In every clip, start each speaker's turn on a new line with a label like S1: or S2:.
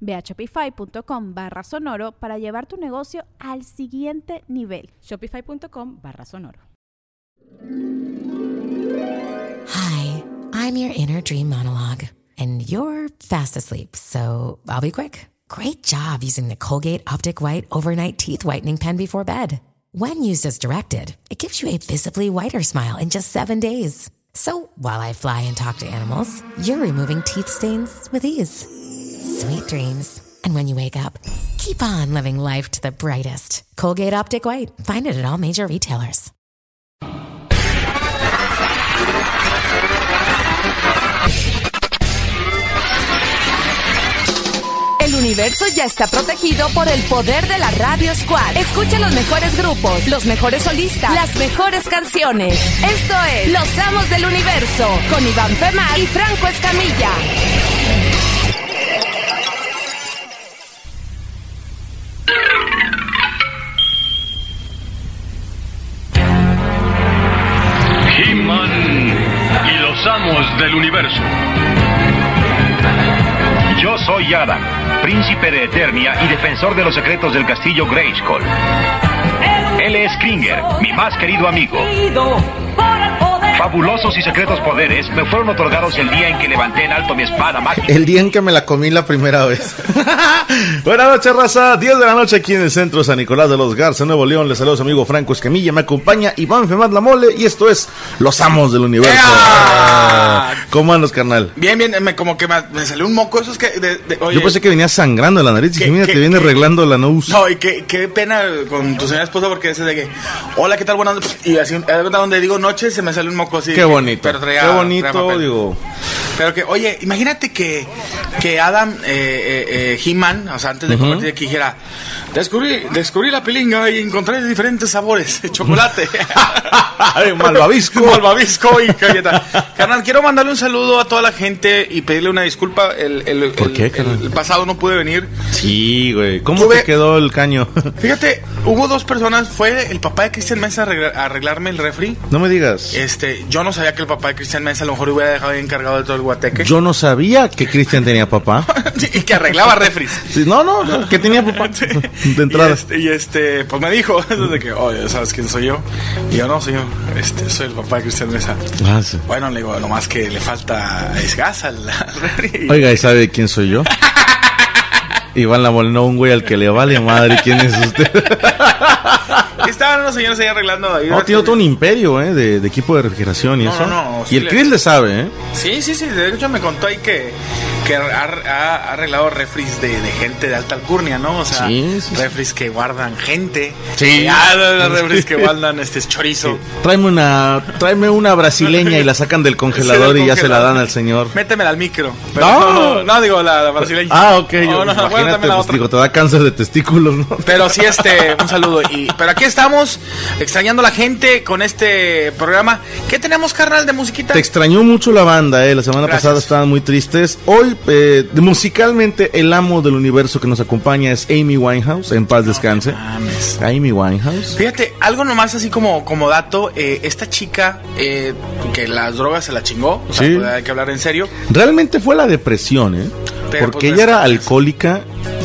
S1: Ve a shopify.com barra sonoro para llevar tu negocio al siguiente nivel.
S2: Shopify.com barra sonoro.
S3: Hi, I'm your inner dream monologue, and you're fast asleep, so I'll be quick. Great job using the Colgate Optic White Overnight Teeth Whitening Pen before bed. When used as directed, it gives you a visibly whiter smile in just seven days. So while I fly and talk to animals, you're removing teeth stains with ease. Sweet dreams. And when you wake up, keep on living life to the brightest. Colgate Optic White. Find it at all major retailers.
S4: El universo ya está protegido por el poder de la Radio Squad. Escucha los mejores grupos, los mejores solistas, las mejores canciones. Esto es Los Amos del Universo con Iván Femar y Franco Escamilla.
S5: He-Man y los amos del universo. Yo soy Adam, príncipe de Eternia y defensor de los secretos del castillo Grayskull. Él es Kringer, mi más querido amigo. Fabulosos y secretos poderes me fueron otorgados el día en que levanté en alto mi espada mágica.
S6: El día en que me la comí la primera vez. Buenas noches, raza. 10 de la noche aquí en el centro San Nicolás de los Garza, Nuevo León. Les saluda su amigo Franco Escamilla. Me acompaña Iván Femad La Mole y esto es Los Amos del Universo. Ah,
S7: ¡Ea!
S6: ¿Cómo andas, carnal?
S7: Bien, bien, me, como que me, me salió un moco, eso es que... de- de- oye,
S6: Yo pensé que venías sangrando la nariz. Dije,
S7: ¿Qué-
S6: mira,
S7: qué-
S6: te viene
S7: qué?
S6: arreglando la nose.
S7: No, y qué, qué pena con tu señora esposa porque es de que... Hola, ¿qué tal? Buenas noches. Y así, haz de cuenta donde digo noche, se me sale un moco así.
S6: Qué bonito.
S7: Pero traía-
S6: Qué
S7: traía
S6: bonito,
S7: papel.
S6: digo.
S7: Pero que, oye, imagínate que, que Adam, eh, eh, eh, He-Man, o sea, antes de convertirse, que dijera... Descubrí, descubrí la pilinga y encontré diferentes sabores de chocolate.
S6: Ay, malvavisco.
S7: Malvavisco y galleta. Carnal, quiero mandarle un saludo a toda la gente y pedirle una disculpa. El, el-
S6: ¿Por
S7: el-
S6: qué, carnal?
S7: el- el pasado no pude venir.
S6: Sí, güey. ¿Cómo
S7: Tuve-
S6: te quedó el caño?
S7: Fíjate, hubo dos personas. Fue el papá de Cristian Mesa a arregla- a arreglarme el refri.
S6: no me digas.
S7: Este, yo no sabía que el papá de Cristian Mesa a lo mejor hubiera dejado ahí encargado de todo el guateque.
S6: Yo no sabía que Cristian tenía papá.
S7: y que arreglaba refris.
S6: Sí, no, no, que tenía papá. De entrada.
S7: Y este, y este, pues me dijo, desde que, oye, ¿sabes quién soy yo? Y yo no, soy yo. Este, soy el papá de Cristian Mesa.
S6: Ah, sí.
S7: Bueno, le digo, nomás que le falta es gas al, al refri.
S6: Oiga, ¿y sabe quién soy yo? Iván la no un güey al que le vale madre quién es usted.
S7: Y Estaban unos señores ahí arreglando. ahí
S6: No, tiene todo un imperio, ¿eh? De, de equipo de refrigeración y
S7: No,
S6: eso.
S7: no, no,
S6: y
S7: sí
S6: el
S7: le-
S6: Chris le sabe, ¿eh?
S7: Sí, sí, sí. De hecho, me contó ahí que, que ha, ha arreglado refris de, de gente de alta alcurnia, ¿no? O sea,
S6: Sí, sí, sí.
S7: refris que guardan gente.
S6: Sí.
S7: Ah, los- los refris que guardan este chorizo.
S6: Tráeme una, tráeme una brasileña y la sacan del congelador
S7: Sí, del
S6: y ya se la
S7: congelador.
S6: dan al señor.
S7: Métemela al micro.
S6: No.
S7: no, no, digo la, la brasileña.
S6: Ah, ok.
S7: No, no,
S6: yo-
S7: bueno,
S6: imagínate,
S7: también la
S6: pues,
S7: otra.
S6: digo, te da cáncer de testículos, ¿no?
S7: Pero sí, este, un saludo. Y, pero aquí estamos, extrañando a la gente con este programa. ¿Qué tenemos, carnal, de musiquita?
S6: Te extrañó mucho la banda, ¿eh? La semana
S7: Gracias.
S6: pasada estaban muy tristes. Hoy, eh, musicalmente, el amo del universo que nos acompaña es Amy Winehouse. En paz descanse.
S7: Mames.
S6: Amy Winehouse.
S7: Fíjate, algo nomás así como, como dato, eh, esta chica eh, que las drogas se la chingó, o sea,
S6: Sí.
S7: pues, hay que hablar en serio.
S6: Realmente fue la depresión, ¿eh?
S7: Pero,
S6: Porque
S7: pues,
S6: ella era
S7: es-
S6: alcohólica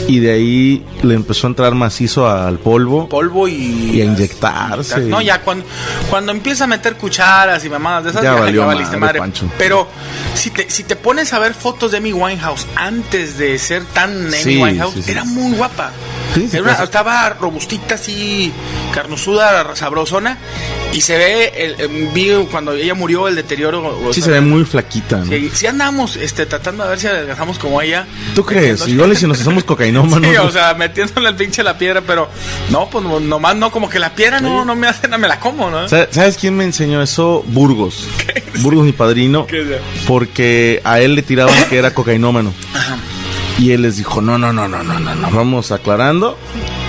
S6: y de ahí le empezó a entrar macizo al polvo.
S7: Polvo y...
S6: Y a inyectarse.
S7: No, ya cuando, cuando empieza a meter cucharas y mamadas de esas,
S6: Ya valió
S7: valiste madre.
S6: madre, Pancho.
S7: Pero si te, si te pones a ver fotos de Amy Winehouse antes de ser tan Amy
S6: Sí,
S7: Winehouse,
S6: sí, sí.
S7: era muy guapa.
S6: Sí, sí,
S7: Era una-
S6: pues.
S7: estaba robustita, así, carnosuda, sabrosona. Y se ve, el, em, vi cuando ella murió el deterioro. o
S6: Sí,
S7: sea,
S6: se ve muy flaquita. ¿no?
S7: Sí, sí andamos este, tratando de ver si adelgazamos como ella.
S6: ¿Tú crees?
S7: Metiendo-
S6: Igual y si nos hacemos cocainómanos.
S7: Sí,
S6: ¿no?
S7: o sea, metiéndole al pinche la piedra, pero no, pues no- nomás no, como que la piedra no, no me hace nada, me la como, ¿no?
S6: Sa- ¿Sabes quién me enseñó eso? Burgos. Burgos, mi padrino.
S7: ¿Qué sea?
S6: Porque a él le tiraban que era cocainómano. Y él les dijo, no, no, no, no, no, no, no. Vamos aclarando.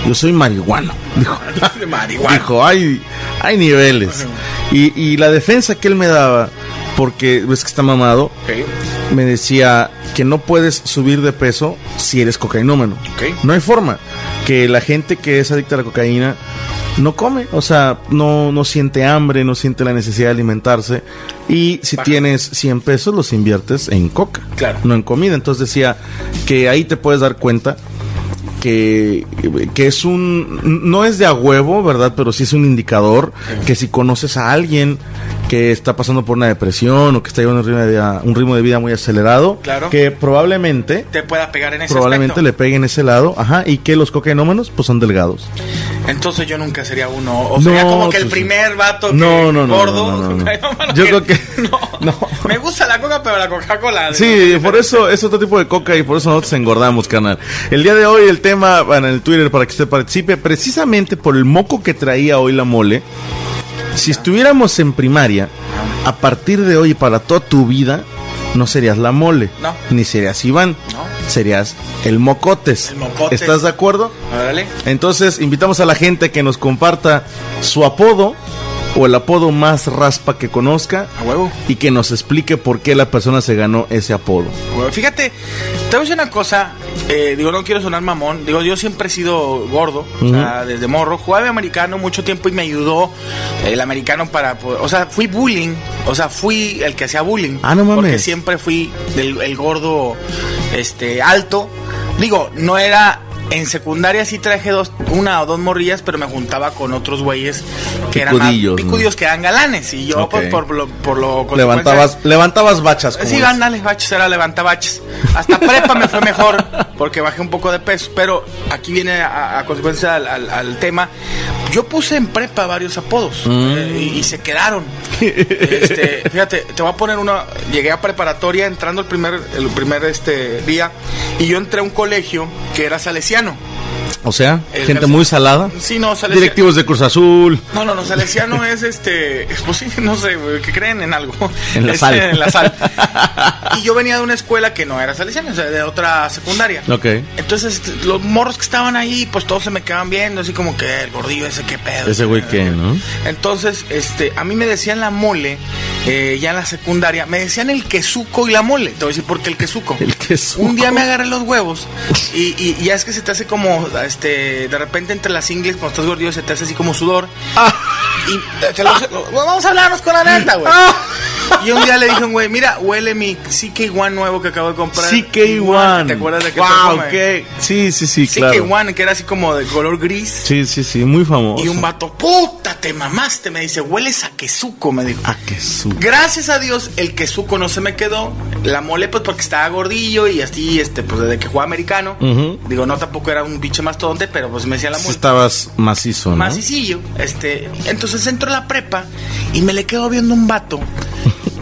S6: Yo soy marihuano. Dijo,
S7: De marihuana.
S6: dijo hay, hay niveles. Y, y la defensa que él me daba, porque ves que está mamado,
S7: Ok.
S6: me decía que no puedes subir de peso si eres cocainómano.
S7: Ok.
S6: No hay forma. Que la gente que es adicta a la cocaína no come, o sea, no, no siente hambre, no siente la necesidad de alimentarse. Y si
S7: Baja.
S6: tienes 100 pesos, los inviertes en coca,
S7: Claro.
S6: no en comida. Entonces decía que ahí te puedes dar cuenta que, que es un, no es de a huevo, ¿verdad? Pero sí es un indicador que si conoces a alguien que está pasando por una depresión o que está llevando un ritmo de vida, un ritmo de vida muy acelerado,
S7: Claro.
S6: que probablemente,
S7: Te pueda pegar en ese
S6: probablemente le
S7: aspecto.
S6: peguen ese lado, ajá, y que los cocainómanos pues son delgados.
S7: Entonces yo nunca sería uno. O sería
S6: No, pues
S7: como que el
S6: sí, sí.
S7: primer vato que-
S6: No, no, no,
S7: gordo.
S6: no, no, no, no.
S7: cocainómano
S6: Yo creo que-
S7: No.
S6: no.
S7: Me gusta la coca, pero la Coca-Cola.
S6: Sí, por eso es otro tipo de coca y por eso nosotros engordamos, canal. El día de hoy el tema en el Twitter para que usted participe, precisamente por el moco que traía hoy la mole. Si estuviéramos en primaria, a partir de hoy y para toda tu vida, no serías la mole,
S7: No.
S6: ni serías Iván,
S7: No.
S6: serías el mocotes.
S7: El mocotes.
S6: ¿Estás de acuerdo?
S7: Órale.
S6: Entonces, invitamos a la gente que nos comparta su apodo o el apodo más raspa que conozca
S7: A huevo.
S6: y que nos explique por qué la persona se ganó ese apodo.
S7: Güey, Fíjate, te voy a decir una cosa. eh, digo, no quiero sonar mamón. Digo, yo siempre he sido gordo. O sea, desde morro. Jugaba americano mucho tiempo y me ayudó el americano para. poder- O sea, fui bullying. O sea, fui el que hacía bullying.
S6: Ah, no mames.
S7: Porque siempre fui del, el gordo este, alto. Digo, no era. En secundaria sí traje dos, una o dos morrillas, pero me juntaba con otros güeyes que eran más
S6: Picudillos, ¿no?
S7: picudillos que eran galanes. Y yo,
S6: Ok.
S7: pues, por, lo, por lo
S6: Levantabas, levantabas bachas. como
S7: Pues Sí,
S6: dicen.
S7: ándale, baches, era levantabaches. Hasta prepa me fue mejor porque bajé un poco de peso, pero aquí viene a, a consecuencia al, al- al tema. Yo puse en prepa varios apodos
S6: Mm.
S7: eh, y, y se quedaron. Este, fíjate, te voy a poner una. Llegué a preparatoria entrando el primer, el primer este, día y yo entré a un colegio que era salesiano.
S6: O sea,
S7: El
S6: gente
S7: Garza-
S6: muy salada.
S7: Sí, no, salesiano.
S6: Directivos de Cruz Azul.
S7: No, no, no, Salesiano es este. Pues sí, no sé, güey, que creen en algo.
S6: En la
S7: Este,
S6: sal.
S7: En la sal. Y yo venía de una escuela que no era Salesiana, o sea, de otra secundaria.
S6: Ok.
S7: Entonces, este, los morros que estaban ahí, pues todos se me quedaban viendo, así como que el gordillo ese, qué pedo.
S6: Ese güey que, ¿no?
S7: Entonces, este, a mí me decían la mole, eh, ya en la secundaria, me decían el quesuco y la mole. Te voy a decir por qué el quesuco.
S6: El quesuco.
S7: Un día me agarré los huevos y, y- y ya es que se te hace como, este, de repente entre las ingles, cuando estás gordillo, se te hace así como sudor.
S6: Ah.
S7: Y eh, te lo-
S8: Pues
S7: vamos a hablarnos con la neta, güey.
S6: Ah.
S7: Y un día le dije a un güey, mira, huele mi CK1 nuevo que acabo de comprar.
S6: CK1.
S7: ¿Te acuerdas de que
S6: Wow, qué- Sí, sí, sí, claro.
S7: CK1, que era así como de color gris.
S6: Sí, sí, sí, muy famoso.
S7: Y un vato, puta, te mamaste, me dice, hueles a quesuco, me dijo.
S6: Ah, qué su-
S7: Gracias a Dios, el quesuco no se me quedó. La mole, pues porque estaba gordillo y así, este, pues desde que jugaba americano.
S6: Ujú.
S7: Digo, no, tampoco era un bicho más tonte, pero pues me decía la
S6: Sí
S7: mole.
S6: Estabas macizo, ¿no?
S7: Macicillo. Este, entonces entro a la prepa y me le quedo viendo un vato.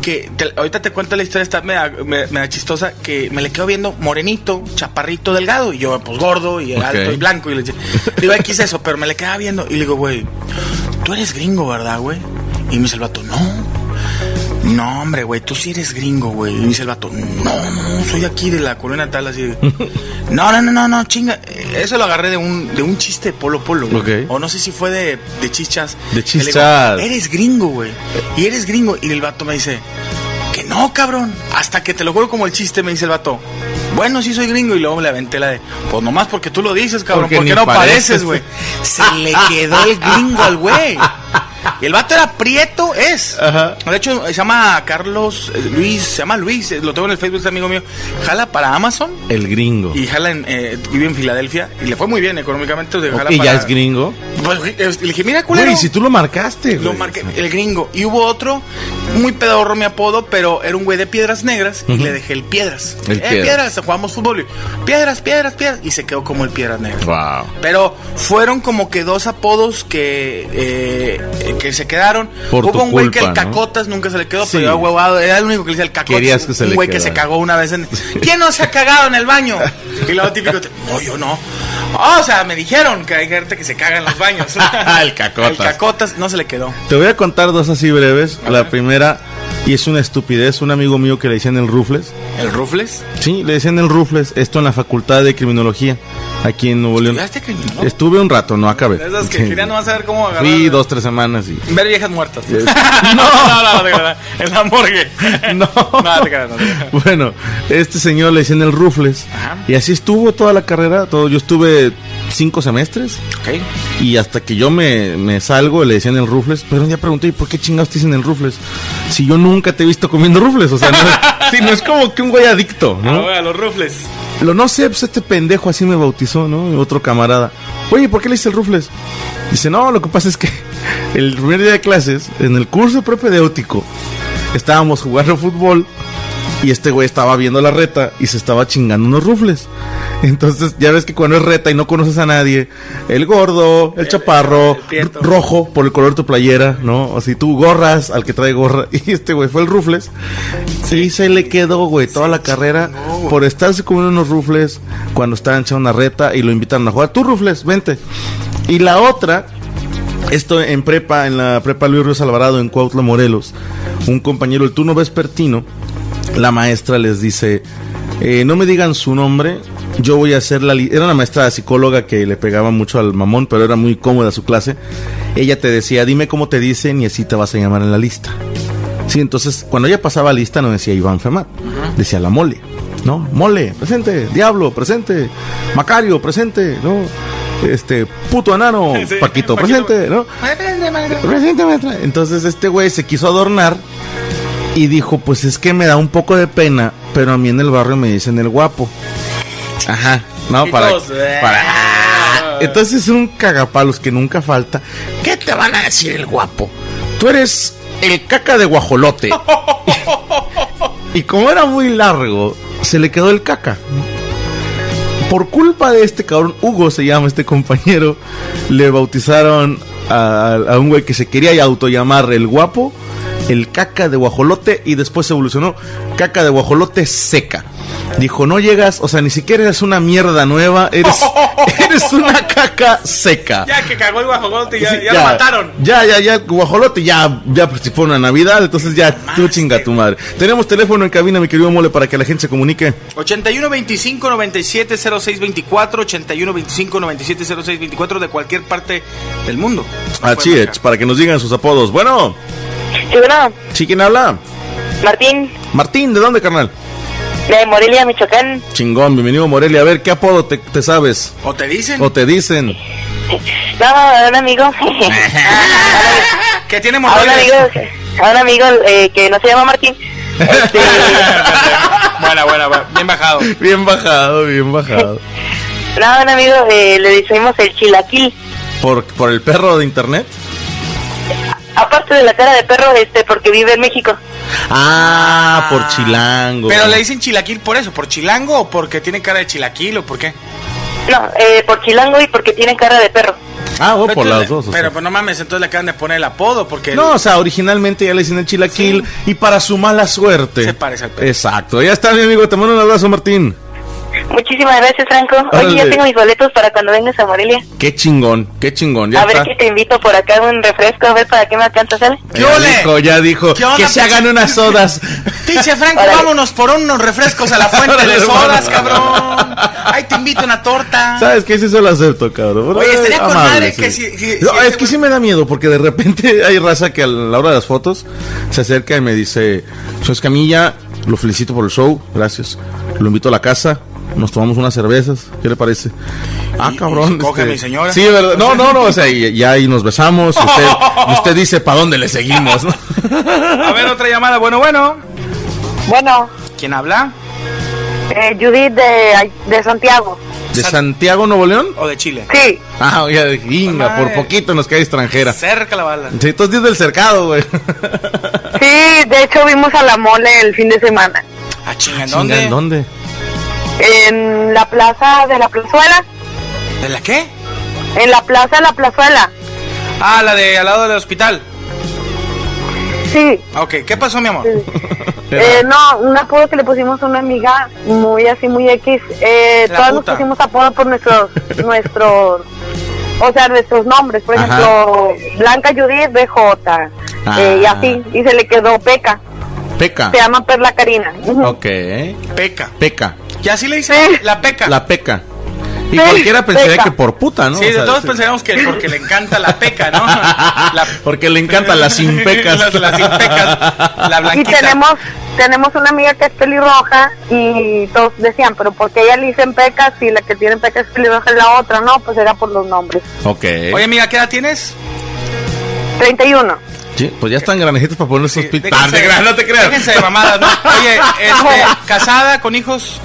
S7: Que te- ahorita te cuento la historia, está media, me- media chistosa. Que me le quedo viendo morenito, chaparrito, delgado. Y yo, pues gordo y
S6: Ok.
S7: alto y blanco. Y le digo, digo, "Ay, ¿qué es eso? Pero me le quedaba viendo. Y le digo, güey, tú eres gringo, ¿verdad, güey? Y me dice el vato, no. No, hombre, güey, tú sí eres gringo, güey. Y me dice el vato, no, no, soy de aquí de la colonia tal, así. de- No, no, no, no, no, chinga. Eso lo agarré de un, de un chiste de Polo Polo, güey.
S6: Ok.
S7: O no sé si fue de, de chichas.
S6: De
S7: Que le digo,
S6: chichas.
S7: eres gringo, güey. Y eres gringo. Y el vato me dice, que no, cabrón. Hasta que te lo juro como el chiste, me dice el vato. Bueno, sí soy gringo. Y luego me la aventé la de, pues nomás porque tú lo dices, cabrón.
S6: Porque
S7: Porque,
S6: ni
S7: no pareces,
S6: pareces.
S7: güey. Se le quedó el gringo al güey. Y el vato era prieto, es.
S6: Ajá.
S7: De hecho, se llama Carlos eh, Luis, se llama Luis, eh, lo tengo en el Facebook, es amigo mío. Jala para Amazon.
S6: El gringo.
S7: Y jala en, eh, vive en Filadelfia y le fue muy bien económicamente. o sea,
S6: Ok,
S7: jala
S6: ya
S7: para-
S6: es gringo.
S7: Pues, eh, le dije, mira, culero.
S6: Güey, si tú lo marcaste.
S7: Lo
S6: güey.
S7: marqué, el gringo. Y hubo otro muy pedorro mi apodo, pero era un güey de piedras negras y le dejé el piedras.
S6: El
S7: eh,
S6: Piedras.
S7: piedras. jugamos fútbol. y, Piedras, piedras, piedras. Y se quedó como el piedras negras.
S6: Wow.
S7: Pero fueron como que dos apodos que, eh, que se quedaron.
S6: Por tu
S7: Hubo un güey que el
S6: culpa, ¿no?
S7: cacotas nunca se le quedó,
S6: Sí.
S7: pero yo huevado. Era el único que le decía el cacotas.
S6: Querías que se
S7: un
S6: le
S7: güey que se
S6: quedara.
S7: cagó una vez en. ¿Quién no se ha cagado en el baño? Y luego típico, te- no, yo no. Ah, o sea, me dijeron que hay gente que se caga en los baños.
S6: El cacotas.
S7: El cacotas no se le quedó.
S6: Te voy a contar dos así breves. La primera, y es una estupidez, un amigo mío que le decían el Rufles.
S7: ¿El Rufles?
S6: Sí, le decían el Rufles, esto en la Facultad de Criminología, aquí en Nuevo León.
S7: ¿Estudiaste criminología?
S6: Estuve un rato, no acabé.
S7: Esas que
S6: Sí.
S7: querían nomás saber cómo agarrar.
S6: Fui dos, tres semanas y...
S7: Ver viejas muertas. no, no, no, no, te creas, en la morgue.
S6: No.
S7: No, te creas, no, te creas.
S6: Bueno, este señor le decían el Rufles.
S7: Ajá.
S6: Y así estuvo toda la carrera. Todo, yo estuve cinco semestres.
S7: Ok.
S6: Y hasta que yo me, me salgo, le decían el Rufles. Pero un día pregunté, ¿y por qué chingados te dicen el Rufles? Si yo nunca te he visto comiendo Rufles. O sea, no es, sí, no es como que un güey adicto, ¿no?
S7: Ahora, los rufles.
S6: Lo no sé, pues este pendejo así me bautizó, ¿no? Otro camarada. Oye, ¿por qué le hice el Rufles? Dice, no, lo que pasa es que el primer día de clases, en el curso propedéutico, estábamos jugando fútbol y este güey estaba viendo la reta y se estaba chingando unos rufles. Entonces, ya ves que cuando es reta y no conoces a nadie, el gordo, el chaparro,
S7: el prieto.
S6: r- rojo por el color de tu playera, ¿no? Así tú gorras al que trae gorra. Y este güey fue el rufles. Sí, se le quedó, güey, toda la carrera por estarse comiendo unos rufles cuando estaban echando una reta y lo invitaron a jugar. Tú, rufles, vente. Y la otra, esto en prepa, en la prepa Luis Ríos Alvarado, en Cuautla, Morelos, un compañero, el turno vespertino, la maestra les dice, eh, no me digan su nombre, yo voy a hacer la... li-". Era una maestra psicóloga que le pegaba mucho al mamón, pero era muy cómoda su clase. Ella te decía, dime cómo te dicen y así te vas a llamar en la lista. Sí, entonces cuando ella pasaba lista no decía Iván Femat, decía la mole, ¿no? Mole, presente, diablo, presente, Macario, presente, ¿no? Este, puto enano,
S7: Sí,
S6: Paquito,
S7: Paquito.
S6: presente, ¿no? Presente, maestra. Entonces este güey se quiso adornar y dijo, pues es que me da un poco de pena, pero a mí en el barrio me dicen el guapo. Ajá, no,
S7: Y
S6: para...
S7: todos, "Eh".
S6: para- Entonces es un cagapalos que nunca falta. ¿Qué te van a decir el guapo? Tú eres el caca de guajolote. y como era muy largo, se le quedó el caca. Por culpa de este cabrón, Hugo se llama este compañero, le bautizaron a, a un güey que se quería autollamar el guapo, el caca de guajolote y después evolucionó caca de guajolote seca. Dijo, no llegas, o sea, ni siquiera eres una mierda nueva, eres, eres una caca seca.
S7: Ya que cagó el guajogote, ya,
S6: Sí,
S7: ya, lo mataron.
S6: Ya, ya, ya, guajolote, ya, ya participó en la Navidad, entonces ya, tú chinga tu madre. Tenemos teléfono en cabina, mi querido mole, para que la gente se comunique.
S7: 81 25 97 06 24, 81 25 97 06 24 de cualquier parte del mundo.
S6: Así Ah, es, para que nos digan sus apodos. Bueno,
S9: Sí, bueno,
S6: ¿sí quién habla?
S9: Martín,
S6: Martín, ¿de dónde, carnal?
S9: de Morelia, Michoacán.
S6: Chingón, bienvenido a Morelia. A ver, ¿qué apodo te, te sabes?
S7: O te dicen
S6: ¿O te dicen?
S9: No, a un amigo.
S7: que tiene
S9: a un amigo,
S7: hemorroides.
S9: a un amigo eh, que no se llama Martín. Este,
S7: buena, buena, buena, bien bajado.
S6: Bien bajado, bien bajado.
S9: no, a un amigo eh, le decimos el chilaquil.
S6: ¿Por, ¿Por el perro de internet?
S9: Aparte de la cara de perro, este, porque vive en México.
S6: Ah, por chilango.
S7: Pero le dicen chilaquil por eso, por chilango o porque tiene cara de chilaquil o por qué.
S9: No, eh, por chilango y porque tiene cara de perro.
S6: Ah, o
S7: Pero
S6: por
S7: entonces-
S6: las dos. o sea.
S7: Pero pues no mames, entonces le acaban de poner el apodo porque
S6: No, o sea, originalmente ya le dicen el chilaquil y para su mala suerte.
S7: Se parece al perro.
S6: Exacto. Ya está, mi amigo. Te mando un abrazo, Martín.
S9: Muchísimas gracias, Franco. Oye,
S6: Órale.
S9: ya tengo mis boletos para cuando vengas a Morelia.
S6: Qué chingón, qué chingón. Ya
S9: a ver
S6: está.
S9: que te invito por acá un refresco, a ver para qué me alcanza, ¿sale?
S7: ¿Qué
S6: Ya
S7: ole?
S6: dijo, ya dijo.
S7: ¿Qué onda,
S6: Que se hagan unas sodas.
S7: Pinche Franco,
S9: Órale.
S7: vámonos por unos refrescos a la fuente
S6: Órale,
S7: de sodas,
S6: hermano.
S7: cabrón. Ay, te invito una torta.
S6: ¿Sabes qué? Sí se lo acepto, cabrón.
S7: Oye, estaría con
S6: Amable,
S7: madre
S6: sí.
S7: que si- si-
S6: No,
S7: si
S6: es
S7: ese
S6: que
S7: güey-
S6: sí me da miedo porque de repente hay raza que a la hora de las fotos se acerca y me dice, "Pues, soy Camilla, lo felicito por el show, gracias. Lo invito a la casa, nos tomamos unas cervezas, ¿qué le parece? Ah,
S7: Y- y
S6: cabrón.
S7: se coge mi señora.
S6: Sí, verdad. No, no, no, o sea, y- ya ahí nos besamos y usted, y usted dice, ¿para dónde le seguimos? no?"
S7: A ver, otra llamada. Bueno, bueno.
S9: Bueno,
S7: ¿Quién habla?
S9: eh, Judith de, de Santiago.
S6: ¿De
S7: San-
S6: Santiago, Nuevo León?
S7: ¿O de Chile?
S9: Sí,
S6: Ah, ya, ginga, por
S7: Madre.
S6: poquito nos cae extranjera.
S7: Cerca la bala.
S6: Sí, tú del cercado, güey.
S9: sí, de hecho vimos a la mole el fin de semana.
S7: Ah, chinga, ¿en
S6: Chinga,
S7: ¿dónde?
S6: ¿en ¿Dónde?
S9: En la plaza de la plazuela.
S7: ¿De la qué?
S9: En la plaza de la plazuela.
S7: Ah, la de al lado del hospital.
S9: Sí.
S7: Ah, Ok, ¿qué pasó, mi amor?
S9: Eh, no, un apodo que le pusimos a una amiga muy así, muy X. Eh,
S7: La
S9: todas
S7: puta.
S9: nos pusimos apodo por nuestros, nuestros, o sea, nuestros nombres. Por
S6: Ajá.
S9: ejemplo, Blanca Judith BJ. eh, y
S6: Ah.
S9: así. Y se le quedó Peca.
S6: Peca.
S9: Se llama Perla Karina. Ujú.
S6: Ok.
S7: Peca.
S6: Peca.
S7: Y así le dicen la peca.
S6: La peca. Y
S9: Sí,
S6: cualquiera pensaría
S9: peca.
S6: que por puta, ¿no?
S7: sí,
S6: O sea,
S7: todos
S6: sí.
S7: pensaríamos que porque le encanta la peca, ¿no? La-
S6: Porque le encantan las sin pecas.
S7: las, las sin pecas. La
S9: Y
S7: blanquita.
S9: tenemos tenemos una amiga que es pelirroja y todos decían, pero ¿por qué ella le dicen pecas y la que tiene pecas es pelirroja es la otra? No, pues era por los nombres.
S6: Ok.
S7: Oye, amiga, ¿qué edad tienes?
S9: 31.
S6: Sí, pues ya están granejitos para poner Ah, sus pitas.
S7: déjense de-
S6: no te creas.
S7: Déjense de mamadas, ¿no? Oye, este, ¿casada con hijos?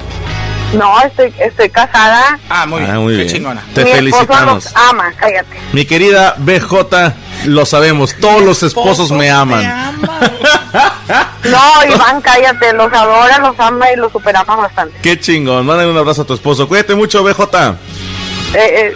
S9: No, estoy, estoy casada.
S7: Ah, muy bien.
S6: Ah, muy
S7: qué
S6: bien.
S7: chingona.
S6: Te
S9: Mi esposo
S6: felicitamos.
S9: los ama, cállate.
S6: Mi querida BJ, lo sabemos, todos los esposos me aman.
S7: ¿Ah?
S9: No, Iván, cállate, los adora, los ama y los superama bastante.
S6: Qué chingón, mándale un abrazo a tu esposo. Cuídate mucho, BJ.
S9: Eh, eh,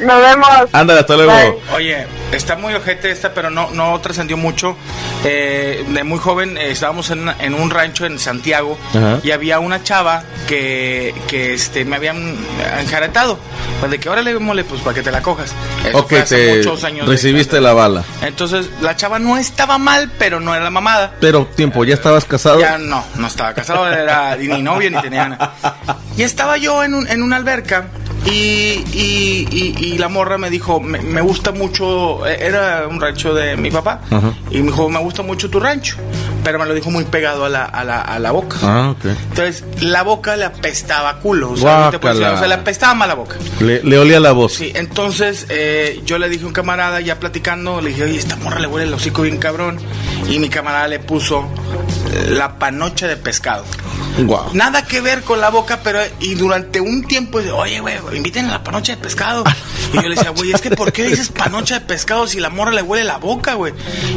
S9: nos vemos.
S6: Ándale, hasta luego.
S9: Bye.
S7: Oye, está muy ojete esta, pero no, no trascendió mucho. Eh, de muy joven eh, estábamos en, una- en un rancho en Santiago
S6: Ajá.
S7: y había una chava que, que este, me habían enjaretado. Pues de que ahora le mole, pues para que te la cojas. Eso
S6: Ok,
S7: fue hace
S6: te
S7: muchos años de-
S6: recibiste la bala.
S7: Entonces, la chava no estaba mal, pero no era la mamada.
S6: Pero tiempo, ¿ya estabas casado?
S7: Ya no, no estaba casado, era ni novia ni tenía nada. Y estaba yo en, un- en una alberca y, y- y- y la morra me dijo, me, me gusta mucho, eh, era un rancho de mi papá,
S6: Ajá.
S7: y me dijo, me gusta mucho tu rancho, pero me lo dijo muy pegado a la, a la, a la boca.
S6: Ah, ok.
S7: Entonces, la boca le apestaba a culo, o sea, no te puedo decir,
S6: Guácala.
S7: o sea, le apestaba mal la boca.
S6: Le, le olía la voz.
S7: Sí, entonces eh, yo le dije a un camarada, ya platicando, le dije, oye, esta morra le huele el hocico bien cabrón. Y mi camarada le puso la panocha de pescado.
S6: Guau.
S7: Nada que ver con la boca, pero y durante un tiempo dice, oye, güey, inviten a la panocha de pescado. Y yo le decía, güey, es que ¿por qué dices panocha de pescado si la morra le huele la boca, güey?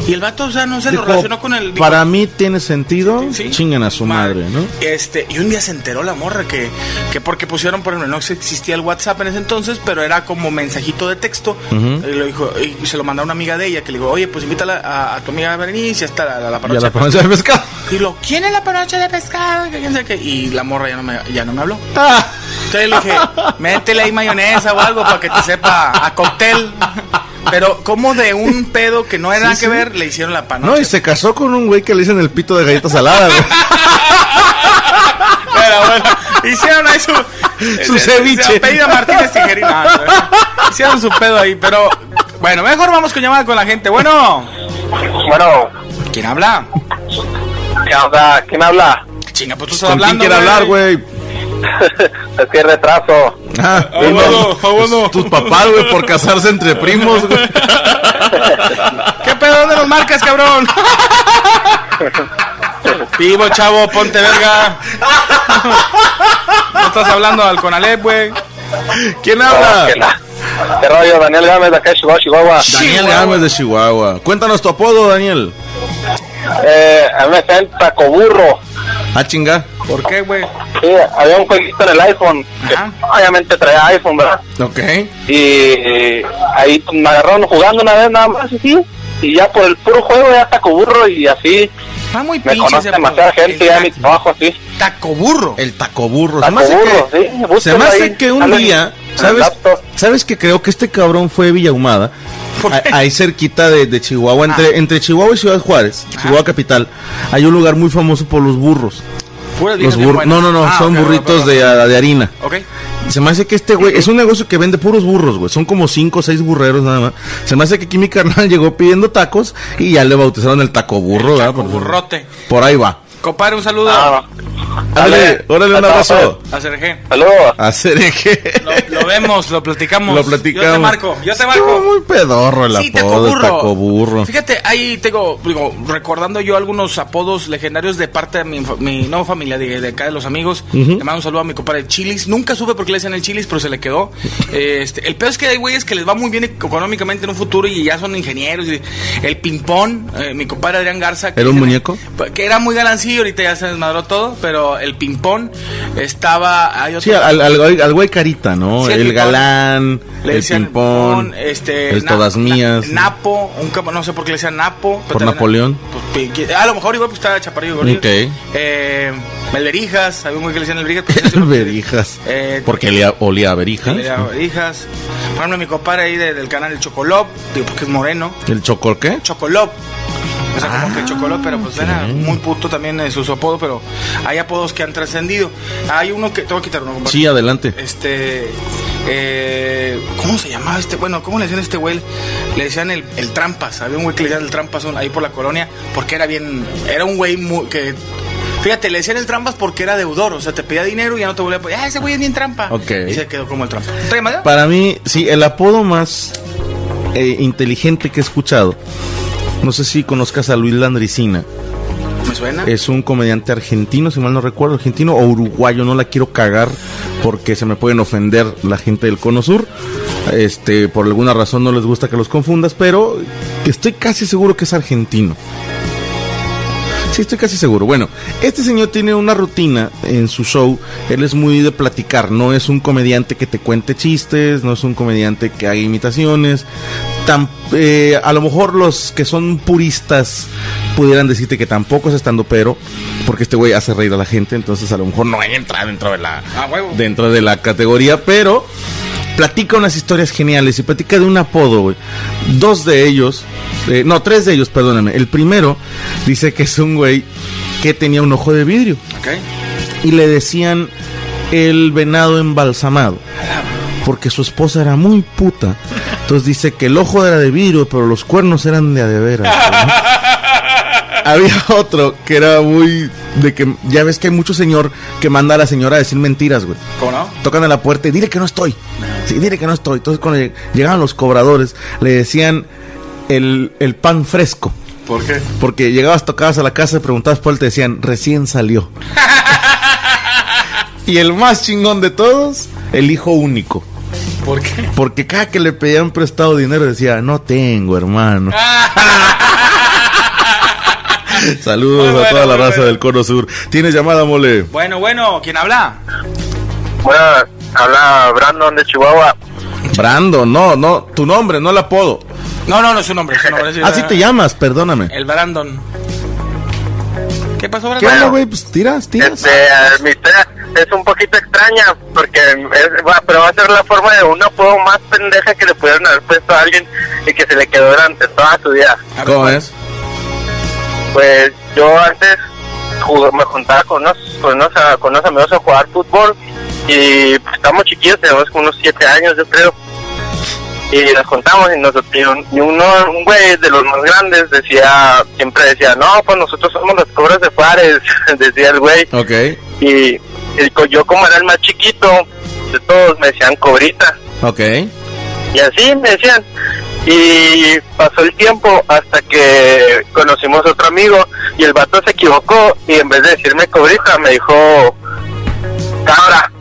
S7: Y el vato, o sea, no se
S6: Dijo,
S7: lo relacionó con el... dijo,
S6: Para mí tiene sentido.
S7: Sí.
S6: Chingan a su madre, ¿no?
S7: Este, y un día se enteró la morra que, que porque pusieron, por ejemplo, no existía el WhatsApp en ese entonces, pero era como mensajito de texto. Y lo dijo, y se lo mandó a una amiga de ella que le dijo, oye, pues invítala a, a tu amiga Berenice, está la, la, la
S6: Ya
S7: panocha
S6: la
S7: de pescado".
S6: pronuncia de pescado.
S7: Y lo, ¿quién es la panocha de pescado? Que quién sabe qué. Y la morra ya no me, ya no me habló.
S6: Ah,
S7: Entonces le dije, métele ahí mayonesa o algo para que te sepa a cóctel. Pero como de un pedo que no era nada que ver, le hicieron la panocha.
S6: no, y se casó con un güey que le dicen el pito de galleta salada, güey.
S7: Pero bueno, hicieron ahí su,
S6: Su ceviche.
S7: Pedida Martínez Tijerina. Hicieron su pedo ahí, pero bueno, mejor vamos con llamada con la gente. Bueno,
S8: Bueno,
S7: ¿quién habla?
S8: ¿qué onda? ¿Quién habla?
S7: Chinga, pues tú estás
S6: ¿Con quién
S7: hablando.
S6: quiere hablar, güey?
S8: es que hay retraso.
S6: Ah,
S7: Ah,
S6: pues,
S7: bueno, ah, bueno.
S6: Tus papás, güey, por casarse entre primos, güey.
S7: ¿Qué pedo de los marcas, cabrón? Vivo, chavo, ponte verga. No estás hablando al Conalep, güey.
S6: ¿Quién
S8: No,
S6: habla?
S8: que la- ¿Qué rollo? Daniel Gámez, de acá de Chihuahua, Chihuahua.
S6: Daniel
S7: Chihuahua.
S6: Gámez de Chihuahua. Cuéntanos tu apodo, Daniel.
S8: Eh, a mí me decían Taco Burro.
S6: Ah, chinga.
S7: ¿Por qué, güey?
S8: Sí, había un jueguito en el iPhone. que
S7: Ajá.
S8: obviamente traía iPhone, ¿verdad?
S6: Ok.
S8: Y eh, ahí pues, me agarraron jugando una vez nada más, y sí. Y ya por el puro juego ya Taco Burro y así.
S7: Está muy
S8: Me
S7: pinche
S8: conoce
S7: ese
S8: demasiada
S7: pedo.
S8: gente ya en mi
S7: El
S8: trabajo, así.
S7: Taco burro.
S6: El taco burro.
S8: Taco
S6: se me hace
S8: burro,
S6: que,
S8: sí, búsquelo
S6: se me hace
S8: ahí.
S6: que un
S8: Sale
S6: día,
S8: en el
S6: ¿sabes?
S8: laptop.
S6: ¿Sabes que creo que este cabrón fue de Villahumada?
S7: ¿Por
S6: A-
S7: qué?
S6: Ahí cerquita de, de Chihuahua, entre,
S7: Ah.
S6: entre Chihuahua y Ciudad Juárez, Chihuahua capital, hay un lugar muy famoso por los burros.
S7: Puras viejas
S6: Los
S7: bien
S6: burros,
S7: buenas.
S6: no, no, no,
S7: Ah,
S6: son
S7: ok,
S6: burritos
S7: perdón, perdón.
S6: De, de harina.
S7: Ok.
S6: Se me hace que este güey es un negocio que vende puros burros, güey. Son como cinco o seis burreros nada más. Se me hace que aquí mi carnal llegó pidiendo tacos y ya le bautizaron el taco burro, ¿verdad?
S7: taco burrote.
S6: Por ahí va.
S7: Compadre, un saludo.
S8: Ah,
S6: Ándale, órale, un abrazo.
S7: A Sergé.
S8: Saludos.
S6: A Cereje.
S7: Lo, lo vemos, lo platicamos.
S6: Lo platicamos.
S7: Yo te marco, yo te
S6: Estuvo
S7: marco.
S6: muy pedorro el
S7: Sí,
S6: apodo, el tacoburro.
S7: Fíjate, ahí tengo, digo, recordando yo algunos apodos legendarios de parte de mi, fa- mi no familia, de, de acá de los amigos. Le mando un saludo a mi compadre Chilis. Nunca supe por qué le decían el Chilis, pero se le quedó. Eh, este, el peor es que hay güeyes que les va muy bien económicamente en un futuro y ya son ingenieros. y- el Pimpón, eh, mi compadre Adrián Garza. que
S6: ¿Era un
S7: se-
S6: muñeco?
S7: Pues, Que era muy galancillo, ahorita ya se desmadró todo, pero el Pimpón estaba... hay otro-
S6: Sí, al, al- al- al güey carita, ¿no?
S7: Sí,
S6: el
S7: el ping-pong.
S6: galán,
S7: Le
S6: el
S7: decían
S6: ping-pong,
S7: este,
S6: el
S7: na-
S6: todas
S7: na-
S6: mías.
S7: Napo, un campo, no sé por qué le decían Napo. pero
S6: Por
S7: también-
S6: Napoleón.
S7: pues, pi- a lo mejor igual pues, estaba chaparrillo. gordillo.
S6: Ok.
S7: Eh, el Berijas, había un güey que le decían el Berijas. pues, no sé por
S6: El
S7: qué.
S6: berijas.
S7: Eh,
S6: Porque le olía a berijas.
S7: El Berijas. Por ejemplo, mi compadre ahí de- del canal El Chocolop, digo, porque es moreno.
S6: ¿El chocor qué?
S7: Chocolop. O
S6: Ah,
S7: sea, como que Chocolop, pero pues era muy puto también en su su apodo, pero hay apodos que han trascendido. Hay uno que, te voy a quitar uno, compadre.
S6: Sí, adelante.
S7: Este. eh, ¿Cómo se llamaba este? Bueno, ¿cómo le decían a este güey? Le decían el, el Trampas. Había un güey que le decían el Trampas un- ahí por la colonia porque era bien. Era un güey mu- que. Fíjate, le decían el Trampas porque era deudor. O sea, te pedía dinero y ya no te volvía a pedir. Ah, ese güey es bien trampa.
S6: Ok.
S7: Y se quedó como el Trampas. ¿Trae más?
S6: Para mí, sí, el apodo más eh, inteligente que he escuchado. No sé si conozcas a Luis Landricina.
S7: ¿Me suena?
S6: Es un comediante argentino, si mal no recuerdo, argentino o uruguayo, no la quiero cagar porque se me pueden ofender la gente del Cono Sur. Este, por alguna razón no les gusta que los confundas, pero estoy casi seguro que es argentino. Sí, estoy casi seguro. Bueno, este señor tiene una rutina en su show. Él es muy de platicar. No es un comediante que te cuente chistes, no es un comediante que haga imitaciones. Tam- eh, a lo mejor los que son puristas pudieran decirte que tampoco es estando pero, porque este güey hace reír a la gente, entonces a lo mejor no entra dentro de la,
S7: Ah, huevo.
S6: dentro de la categoría, pero platica unas historias geniales y platica de un apodo, güey. Dos de ellos, eh, no, tres de ellos, perdóname. El primero dice que es un güey que tenía un ojo de vidrio
S7: Ok.
S6: y le decían el venado embalsamado. Porque su esposa era muy puta. Entonces dice que el ojo era de vidrio, pero los cuernos eran de a de veras, ¿no? Había otro que era muy. de que ya ves que hay mucho señor que manda a la señora a decir mentiras, güey
S7: ¿Cómo no?
S6: tocan a la puerta y dile que no estoy. Sí, dile que no estoy. Entonces cuando lleg- llegaban los cobradores, le decían el, el pan fresco.
S7: ¿Por qué?
S6: Porque llegabas, tocabas a la casa, preguntabas por él, te decían, recién salió. y el más chingón de todos, el hijo único.
S7: ¿Por qué?
S6: Porque cada que le pedían prestado dinero decía, no tengo, hermano. Saludos
S7: Muy bueno,
S6: a toda la
S7: muy
S6: raza
S7: bueno.
S6: del Cono Sur. ¿Tienes llamada, mole?
S7: Bueno, bueno, ¿quién habla?
S8: Bueno, habla Brandon de Chihuahua.
S6: Brando, no, no, tu nombre, no el apodo.
S7: No, no, no es su nombre. Su nombre
S6: Así Ah, te llamas, perdóname.
S7: El Brandon. ¿Qué pasó,
S6: ¿Qué
S7: Brandon?
S6: onda, güey? Pues tiras, tiras.
S8: Este, eh, mi historia es un poquito extraña porque es- va- pero va a ser la forma de un apodo más pendeja que le pudieron haber puesto a alguien y que se le quedó durante toda su vida.
S7: A ver,
S6: ¿Cómo
S7: ¿cuál?
S6: es?
S8: Pues yo antes jug- me juntaba con unos, con, unos, a- con unos amigos a jugar fútbol y pues, estábamos chiquillos, teníamos como unos 7 años yo creo. Y nos juntamos y, nos, y un- y uno, un güey de los más grandes decía, siempre decía, no, pues nosotros somos los cobras de Juárez, decía el güey.
S6: Ok.
S8: y, y co- yo como era el más chiquito de todos me decían cobrita
S6: Ok.
S8: y así me decían y pasó el tiempo hasta que conocimos otro amigo y el vato se equivocó y en vez de decirme cobrita me dijo cabra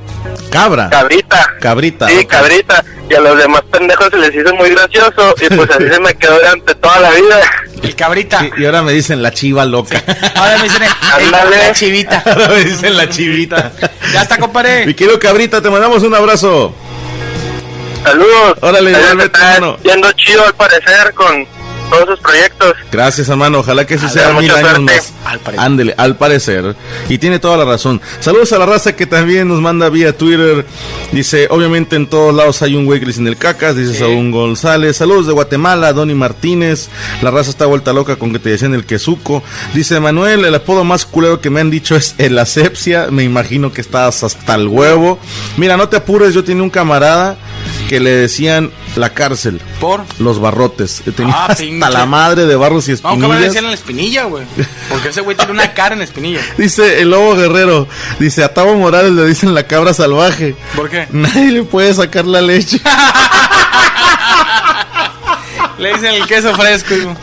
S6: Cabra.
S8: cabrita
S6: Cabrita.
S8: sí
S6: ok.
S8: cabrita y a los demás pendejos se les hizo muy gracioso y pues así se me quedó durante toda la vida
S7: El cabrita.
S6: Sí, Y ahora me dicen la chiva loca.
S7: Ahora me dicen el, el-
S8: Ándale.
S7: la chivita.
S6: ahora me dicen la chivita.
S7: Ya está,
S6: Mi
S7: compadre.
S6: querido Cabrita, te mandamos un abrazo.
S8: saludos
S6: Órale,
S8: Ahí
S6: igualmente,
S8: está
S6: hermano.
S8: yendo chido al parecer con todos sus proyectos
S6: Gracias, hermano. Ojalá que eso
S8: Al-
S6: sea
S8: mucha
S6: mil años
S8: suerte.
S6: más.
S7: Al parecer.
S6: Ándele, al parecer. Y tiene toda la razón. Saludos a la raza que también nos manda vía Twitter. Dice, obviamente en todos lados hay un güey que le dicen el cacas. Dice Saúl González. Saludos de Guatemala, Donny Martínez. La raza está vuelta loca con que te decían el quesuco. Dice Manuel, el apodo más culero que me han dicho es el asepsia. Me imagino que estás hasta el huevo. Mira, no te apures, yo tenía un camarada que le decían la cárcel.
S7: Por.
S6: Los barrotes. Tenía
S7: Ah,
S6: hasta
S7: pinche.
S6: la madre de barros y
S7: No, ¿cómo le
S6: espinillas.
S7: decían en la espinilla, güey? Porque ese güey tiene una cara en espinilla.
S6: Dice el lobo guerrero. Dice a Tavo Morales le dicen la cabra salvaje.
S7: ¿Por qué?
S6: Nadie le puede sacar la leche.
S7: Le dicen el queso fresco. hijo.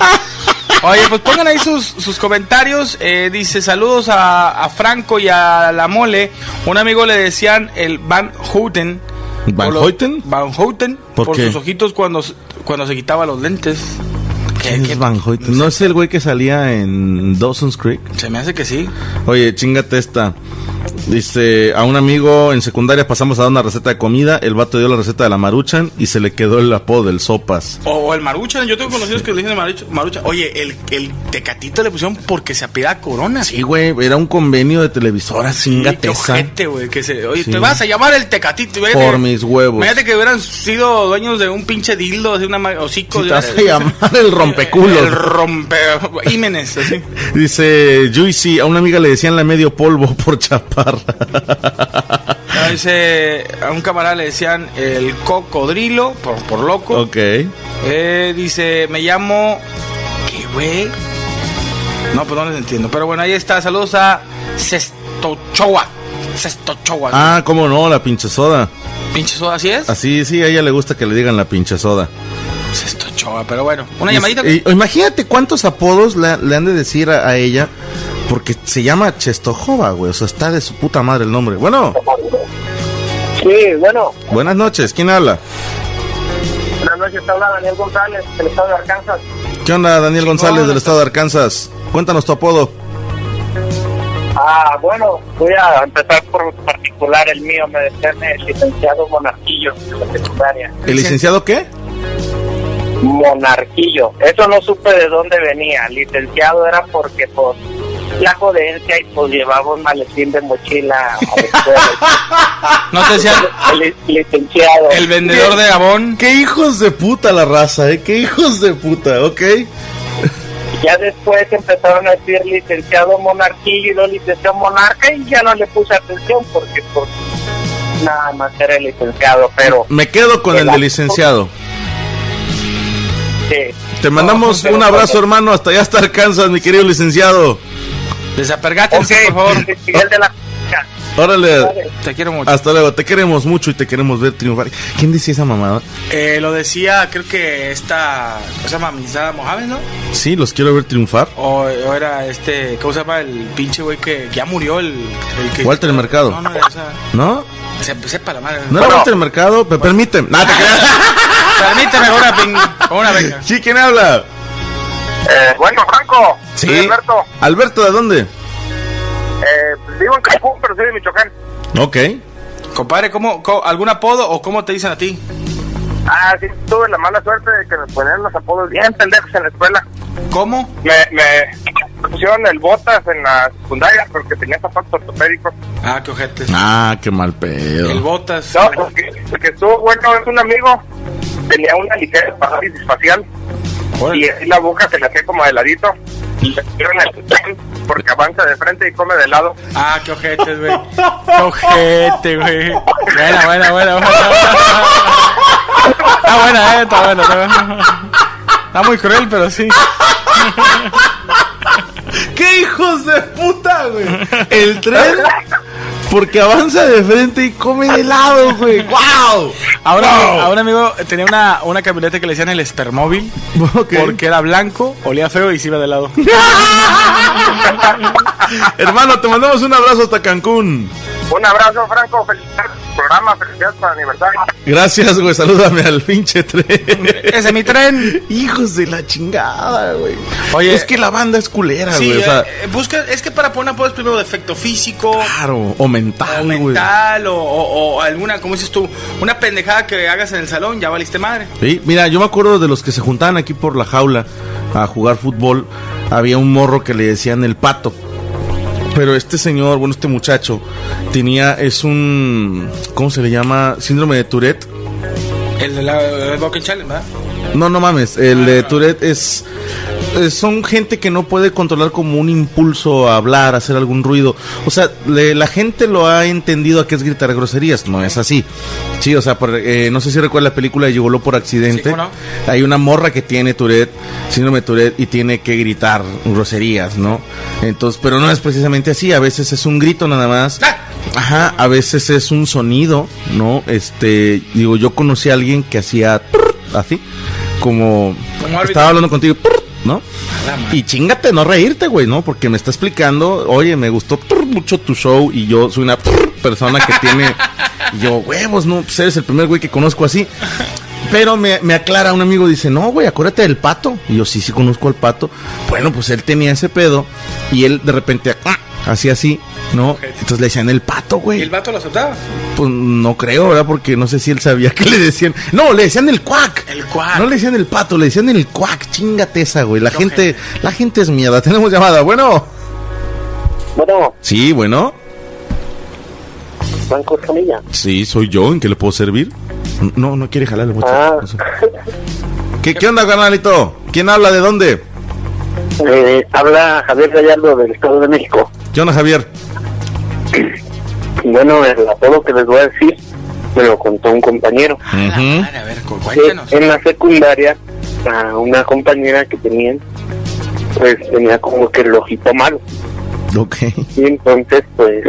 S7: Oye, pues pongan ahí sus, sus comentarios. Eh, dice, saludos a, a Franco y a la mole. Un amigo le decían el Van Houten.
S6: ¿Van
S7: Por lo-
S6: Houten?
S7: Van Houten.
S6: ¿Por
S7: ¿Por,
S6: qué?
S7: sus ojitos cuando, s- cuando se quitaba los lentes. ¿Qué-
S6: ¿Quién
S7: qué-
S6: es Van Hoyt? ¿No es el güey que salía en Dawson's Creek?
S7: Se me hace que sí.
S6: Oye, chingate esta. Dice, a un amigo en secundaria pasamos a dar una receta de comida, el vato dio la receta de la maruchan y se le quedó el apodo del sopas.
S7: O el Maruchan. Yo tengo conocidos que le dicen Maruchan. Maruchan. Oye, el, el tecatito le pusieron porque se apida Corona.
S6: Sí, güey, era un convenio de televisoras, chingate
S7: Qué
S6: esa.
S7: ojete, güey. que se- Oye,
S6: Sí.
S7: te vas a llamar el tecatito. Por
S6: mis huevos.
S7: Imagínate que hubieran sido dueños de un pinche dildo, de una ma- hocico.
S6: Sí,
S7: de
S6: te vas a
S7: una-
S6: llamar el rompeculos.
S7: El rompe... Hímenes, así.
S6: Dice, Juicy, a una amiga le decían la medio polvo por chaparra.
S7: A ese- a un camarada le decían el cocodrilo, por, por loco.
S6: ok.
S7: Eh, dice, me llamo... ¿Qué, güey? No, pues no les entiendo. Pero bueno, ahí está. Saludos a Sestochoa. Sestochoa.
S6: Ah, cómo no, la pinche soda.
S7: Pinche soda, ¿así es?
S6: Así, sí, a ella le gusta que le digan la pinche soda.
S7: Sestochoa, pero bueno. Una
S6: Y-
S7: llamadita.
S6: y- imagínate cuántos apodos le, le han de decir a, a ella. Porque se llama Chestojova, güey. O sea, está de su puta madre el nombre. Bueno,
S8: Sí, bueno,
S6: buenas noches. ¿Quién habla?
S8: buenas noches, habla Daniel González, del estado de Arkansas.
S6: ¿Qué onda, Daniel González del estado de Arkansas? Cuéntanos tu apodo.
S8: Ah, bueno, voy a empezar por particular el mío, me decían el licenciado Monarquillo, de la secundaria.
S6: ¿El licenciado qué?
S8: Monarquillo, eso no supe de dónde venía, licenciado era porque por la jodencia y pues llevaba un maletín de mochila a la escuela.
S7: No te decían
S8: El li- licenciado.
S7: el vendedor de Avon.
S6: Qué hijos de puta la raza, ¿eh? Qué hijos de puta, ¿ok?
S8: Ya después empezaron a decir licenciado monarquillo y luego licenciado monarca y ya no le puse atención porque pues, nada más era el licenciado, pero
S6: Me quedo con el de licenciado.
S8: sí.
S6: Te mandamos un abrazo, hermano. Hasta allá hasta Arkansas, mi querido licenciado.
S7: Desapergátense,
S8: Ok,
S7: por favor.
S8: Miguel de la Concha.
S6: Órale.
S7: Te quiero mucho.
S6: Hasta luego. Te queremos mucho y te queremos ver triunfar. ¿Quién decía esa mamada?
S7: Eh, lo decía, creo que esta. ¿Cómo se llama? Misada Mohamed, ¿no?
S6: Sí, los quiero ver triunfar.
S7: O, o era este. ¿Cómo se llama? El pinche güey que, que ya murió. El, el que,
S6: Walter Mercado.
S7: No, no, era esa.
S6: ¿No?
S7: Se, sepa la madre.
S6: ¿No era Walter Mercado? Me permíteme. Nada, te creas.
S7: Permíteme una, pin- una venga.
S6: Sí, ¿quién habla?
S8: Eh, bueno, Franco, soy Alberto.
S6: Alberto, ¿de dónde?
S8: Eh, pues, vivo en Cancún, pero soy de Michoacán.
S6: Ok.
S7: Compadre, ¿cómo, co- ¿algún apodo o cómo te dicen a ti?
S8: Ah, sí, tuve la mala suerte de que me ponían los apodos bien pendejos en la escuela.
S7: ¿Cómo?
S8: Me, me pusieron el botas en la secundaria porque tenía zapatos ortopédicos.
S7: Ah, qué ojete.
S6: Ah, qué mal
S7: El
S6: pedo.
S7: Botas.
S8: No, porque, porque estuvo bueno, es un amigo, tenía una ligera parálisis facial y
S7: Órale.
S8: así la boca se le hacía como de ladito y le pusieron el tren porque avanza de frente y come de lado.
S7: Ah, qué ojete, güey. Qué ojete, güey. Buena, buena, buena, buena. Está buena, eh, está buena, está buena. Está muy cruel, pero sí.
S6: ¡Qué hijos de puta, güey! El tren. Porque avanza de frente y come de lado, güey. ¡Wow!
S7: Ahora, ahora amigo, tenía una, una camioneta que le decían el espermóvil.
S6: Ok.
S7: Porque era blanco, olía feo y se iba de lado.
S6: Hermano, te mandamos un abrazo hasta Cancún.
S8: Un abrazo, Franco, felicidades por el programa, felicidades por el aniversario.
S6: Gracias, güey. Salúdame al pinche tren.
S7: Ese es mi tren.
S6: Hijos de la chingada, güey.
S7: Oye.
S6: es que la banda es culera,
S7: Sí,
S6: güey. O sea,
S7: eh, eh, busca, es que para poner apodos primero defecto físico.
S6: claro. O
S7: O
S6: mental, güey.
S7: mental o, o- o alguna, como dices tú, una pendejada que hagas en el salón, ya valiste madre.
S6: Sí, mira, yo me acuerdo de los que se juntaban aquí por la jaula a jugar fútbol. Había un morro que le decían el pato. Pero este señor, bueno, este muchacho, tenía, es un, ¿cómo se le llama? Síndrome de Tourette.
S7: El de la el Bucket Challenge, ¿verdad?
S6: No, no mames, el de Tourette es eh, son gente que no puede controlar como un impulso a hablar, a hacer algún ruido. O sea, le- la gente lo ha entendido a que es gritar groserías, no es así. Sí, o sea, por- eh, no sé si recuerdas la película de Gigoló por accidente.
S7: Sí, ¿cómo
S6: Hay una morra que tiene Tourette, síndrome de Tourette, y tiene que gritar groserías, ¿no? Entonces, pero no es precisamente así. A veces es un grito nada más.
S7: ¡Ah!
S6: Ajá, a veces es un sonido, ¿no? Este, digo, yo conocí a alguien que hacía así, como
S7: Como árbitro.
S6: estaba hablando contigo, ¿no?
S7: La madre.
S6: Y chingate, no reírte, güey, ¿no? Porque me está explicando, oye, me gustó mucho tu show y yo soy una persona que tiene. y yo, huevos, no, pues eres el primer güey que conozco así. Pero me, me aclara un amigo, dice, no, güey, acuérdate del pato. Y yo, sí, sí, conozco al pato. Bueno, pues él tenía ese pedo y él de repente ah, hacía así, ¿no? Entonces le decían el pato,
S7: ¿Y
S6: güey.
S7: el vato lo aceptaba?
S6: Pues no creo, ¿verdad? Porque no sé si él sabía que le decían. No, le decían el cuac.
S7: El cuac.
S6: No le decían el pato, le decían el cuac. Chingate esa, güey. La
S7: Qué
S6: gente,
S7: ojete.
S6: la gente es mierda. Tenemos llamada. Bueno.
S8: Bueno,
S6: Sí, bueno.
S8: Franco Escamilla.
S6: Sí, soy yo. ¿En qué le puedo servir? No, no quiere jalarle mucho.
S8: Ah,
S6: No sé. ¿Qué, ¿Qué onda, carnalito? ¿Quién habla? ¿De dónde?
S8: eh, habla Javier Gallardo del Estado de México.
S6: ¿Qué onda, Javier?
S8: Y Bueno, el apodo que les voy a decir me lo contó un compañero.
S7: A Ah, la
S6: Ujú.
S7: madre, a ver, cu-
S8: que
S7: cuéntanos.
S8: en la secundaria a una compañera que tenían pues tenía como que el ojito malo
S6: Ok.
S8: y entonces pues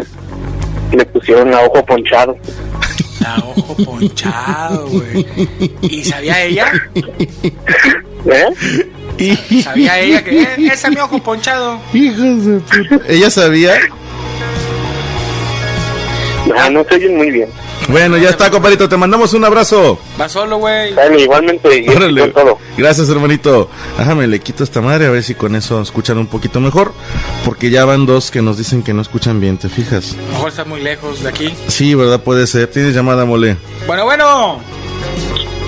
S8: le pusieron a ojo ponchado
S7: La ojo ponchado, güey. ¿Y sabía ella?
S8: ¿eh?
S7: ¿Sabía ella que "Eh, ese es mi ojo ponchado?
S6: Hijos de puta. ¿Ella sabía?
S8: no, Ah, no se oyen muy bien
S6: Bueno, ya está, compadrito. Te mandamos un abrazo.
S7: Va solo, güey.
S8: Bueno, igualmente y eso
S6: Órale.
S8: fue todo
S6: Gracias, hermanito. Déjame, le quito esta madre a ver si con eso escuchan un poquito mejor. Porque ya van dos que nos dicen que no escuchan bien, ¿te
S7: A
S6: fijas?
S7: lo mejor está muy lejos de aquí.
S6: Sí, ¿verdad? Puede ser. Tienes llamada, mole.
S7: Bueno, bueno.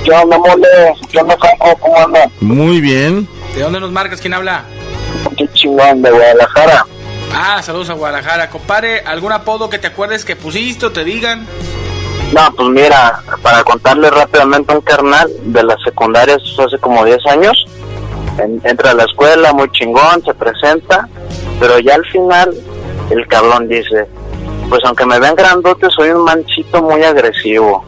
S8: yo no mole yo no saco cómo anda
S6: Muy bien.
S7: ¿De dónde nos marcas? ¿Quién habla?
S8: qué chingón de Guadalajara
S7: Ah, saludos a Guadalajara. Compare, ¿algún apodo que te acuerdes que pusiste o te digan?
S8: no pues mira para contarle rápidamente a un carnal de la secundaria eso hace como 10 años en- entra a la escuela muy chingón, se presenta, pero ya al final el cabrón dice, pues aunque me ven grandote soy un manchito muy agresivo.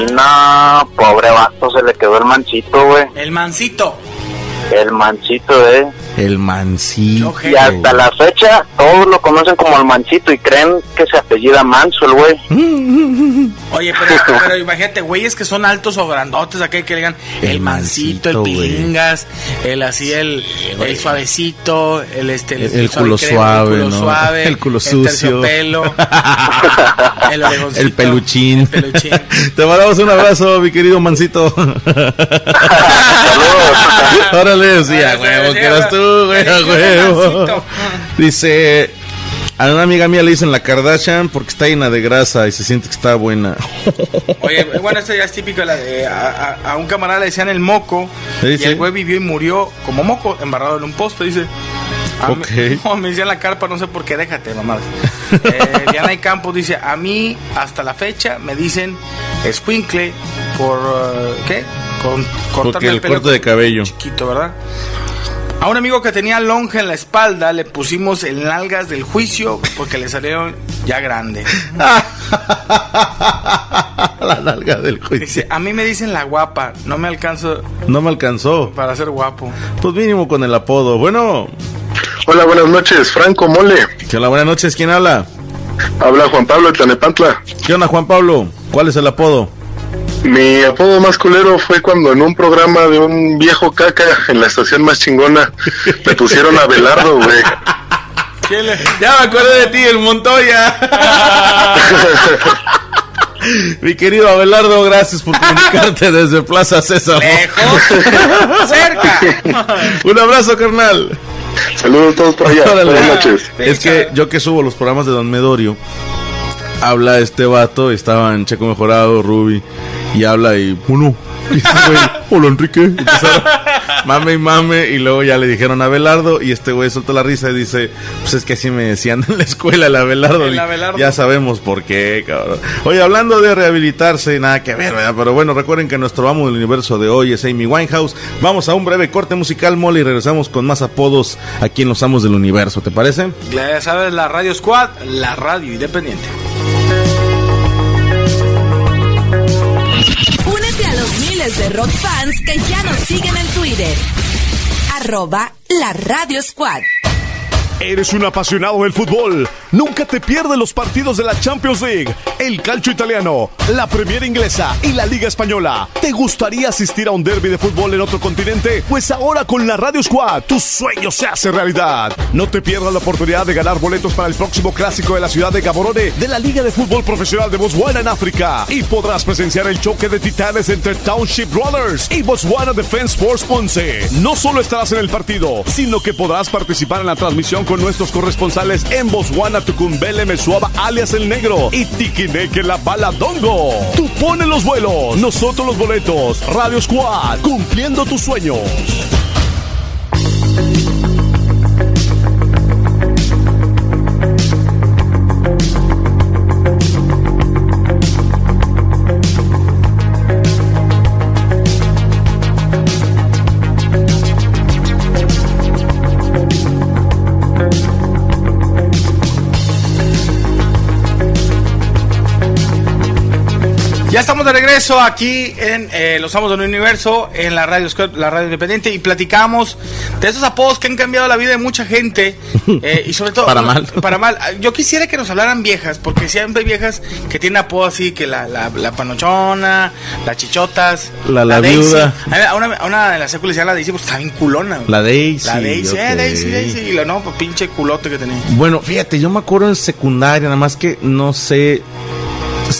S8: Y no, pobre vato, se le quedó el manchito, güey,
S7: El mancito.
S8: el manchito, eh.
S6: El mancito.
S7: Qué
S8: Y hasta la fecha todos lo conocen como el manchito y creen que se apellida Manso el güey.
S7: Oye, pero, pero imagínate, güeyes que son altos o grandotes, aquel que le digan el,
S6: El
S7: mancito,
S6: mansito,
S7: el
S6: güey.
S7: pilingas, el así, el, el suavecito, el este,
S6: El- el
S7: suave
S6: culo
S7: crema,
S6: suave,
S7: el culo
S6: ¿no?
S7: suave,
S6: El culo sucio.
S7: terciopelo, el, orejoncito,
S6: El peluchín.
S7: el peluchín.
S6: Te mandamos un abrazo, mi querido mancito. Órale, sí, a
S7: Órale,
S6: huevo,
S7: sí,
S6: que eras
S7: a
S6: tú, güey, a
S7: El
S6: huevo.
S7: mansito.
S6: Dice, a una amiga mía le dicen la Kardashian porque está llena de grasa y se siente que está buena.
S7: Oye, bueno, esto ya es típico. La de, a, a- a un camarada le decían el moco.
S6: Sí,
S7: y
S6: sí.
S7: el güey vivió y murió como moco, embarrado en un poste, dice. A mí-
S6: Ok.
S7: no, me decían la carpa, no sé por qué, déjate, mamás. Eh, Diana y Campos dice: A mí, hasta la fecha, me dicen escuincle por. eh, ¿Qué? Con, cortarme
S6: Porque el
S7: pelo
S6: corte de
S7: con-
S6: cabello.
S7: Chiquito, ¿verdad? A un amigo que tenía lonja en la espalda le pusimos el nalgas del juicio porque le salieron ya grande.
S6: la nalga del juicio.
S7: Dice, a mí me dicen la guapa, no me alcanzo
S6: No me alcanzó.
S7: para ser guapo.
S6: Pues mínimo con el apodo. Bueno,
S10: Hola, buenas noches, Franco Mole.
S6: que la buenas noches, ¿quién habla?
S10: Habla Juan Pablo de Tlanepantla.
S6: ¿Qué onda, Juan Pablo? ¿Cuál es el apodo?
S10: Mi apodo más culero fue cuando en un programa de un viejo caca en la estación más chingona me pusieron a Belardo, güey.
S6: Ya me acuerdo de ti, el Montoya. Mi querido Abelardo, gracias por comunicarte desde Plaza César.
S7: Lejos, cerca.
S6: Un abrazo, carnal.
S10: Saludos a todos por allá.
S6: Órale.
S10: Buenas noches.
S6: Es que yo que subo los programas de Don Medorio, habla este vato, estaban Checo Mejorado, Ruby, Y habla y, uno, hola Enrique. Empezaron, mame y mame. Y luego ya le dijeron a Abelardo. Y este güey soltó la risa y dice, pues es que así me decían en la escuela el Abelardo.
S7: El
S6: Y
S7: Abelardo.
S6: Ya sabemos por qué, cabrón. Oye, hablando de rehabilitarse, nada que ver, ¿verdad? Pero bueno, recuerden que nuestro amo del universo de hoy es Amy Winehouse. Vamos a un breve corte musical, mole, y regresamos con más apodos aquí en los amos del universo, ¿te parece?
S7: Ya sabes, la Radio Squad, la radio independiente.
S4: Únete a los miles de rock fans que ya nos siguen en Twitter. Arroba la Radio Squad.
S11: ¿Eres un apasionado del fútbol? Nunca te pierdes los partidos de la Champions League, el calcio italiano, la Premier inglesa y la Liga española. ¿Te gustaría asistir a un derby de fútbol en otro continente? Pues ahora con la Radio Squad, tu sueño se hace realidad. No te pierdas la oportunidad de ganar boletos para el próximo clásico de la ciudad de Gaborone de la Liga de Fútbol Profesional de Botswana en África y podrás presenciar el choque de titanes entre Township Brothers y Botswana Defense Force Ponce. No solo estarás en el partido, sino que podrás participar en la transmisión con nuestros corresponsales en Botswana, Tucumbele, Mesuaba, alias El Negro y Tiquineque, La Baladongo. Tú pones los vuelos, nosotros los boletos. Radio Squad, cumpliendo tus sueños.
S7: Ya estamos de regreso aquí en eh, Los Amos del Universo, en la radio, Squad, la radio independiente, y platicamos de esos apodos que han cambiado la vida de mucha gente, eh, y sobre todo...
S6: Para mal.
S7: Para mal. Yo quisiera que nos hablaran viejas, porque siempre hay viejas que tienen apodos así, que la, la, la panochona, la chichotas,
S6: La- la
S7: Daisy.
S6: viuda.
S7: A una, a una de las secuelas ya la Daisy, pues está bien culona. güey.
S6: La Daisy.
S7: La Daisy, eh,
S6: ok.
S7: Daisy, Daisy, y la no, pues, pinche culote que tenía.
S6: Bueno, fíjate, yo me acuerdo en secundaria, nada más que no sé,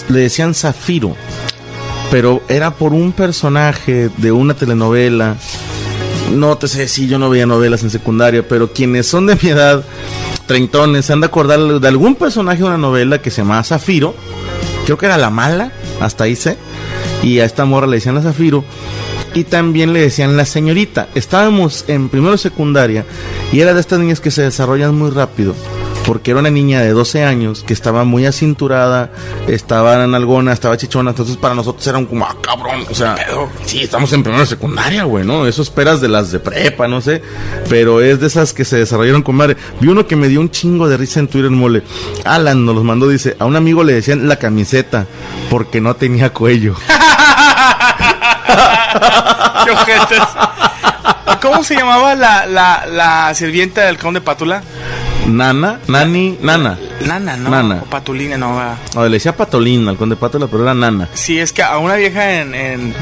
S6: le decían Zafiro, pero era por un personaje de una telenovela. No te sé si yo no veía novelas en secundaria, pero quienes son de mi edad, treintones, se han de acordar de algún personaje de una novela que se llamaba Zafiro. Creo que era la mala, hasta ahí sé. Y a esta morra le decían la Zafiro. Y también le decían la señorita. Estábamos en primero de secundaria y era de estas niñas que se desarrollan muy rápido. Porque era una niña de 12 años que estaba muy acinturada, estaba analgona, estaba chichona. Entonces para nosotros era un como, ah, cabrón. O sea, sí, estamos en primero de secundaria, güey, ¿no? Eso esperas de las de prepa, no sé. Pero es de esas que se desarrollaron con madre. Vi uno que me dio un chingo de risa en Twitter, mole. Alan nos los mandó, dice, a un amigo le decían la camiseta porque no tenía cuello.
S7: ¡Qué ojetes! ¿Cómo se llamaba la, la, la sirvienta del clon de Pátula?
S6: Nana, Nani, Nana.
S7: Nana, ¿no?
S6: Nana.
S7: O Patulina, no. ah.
S6: O le decía Patolín, al conde Patola, pero era Nana.
S7: Sí, es que a una vieja en, en,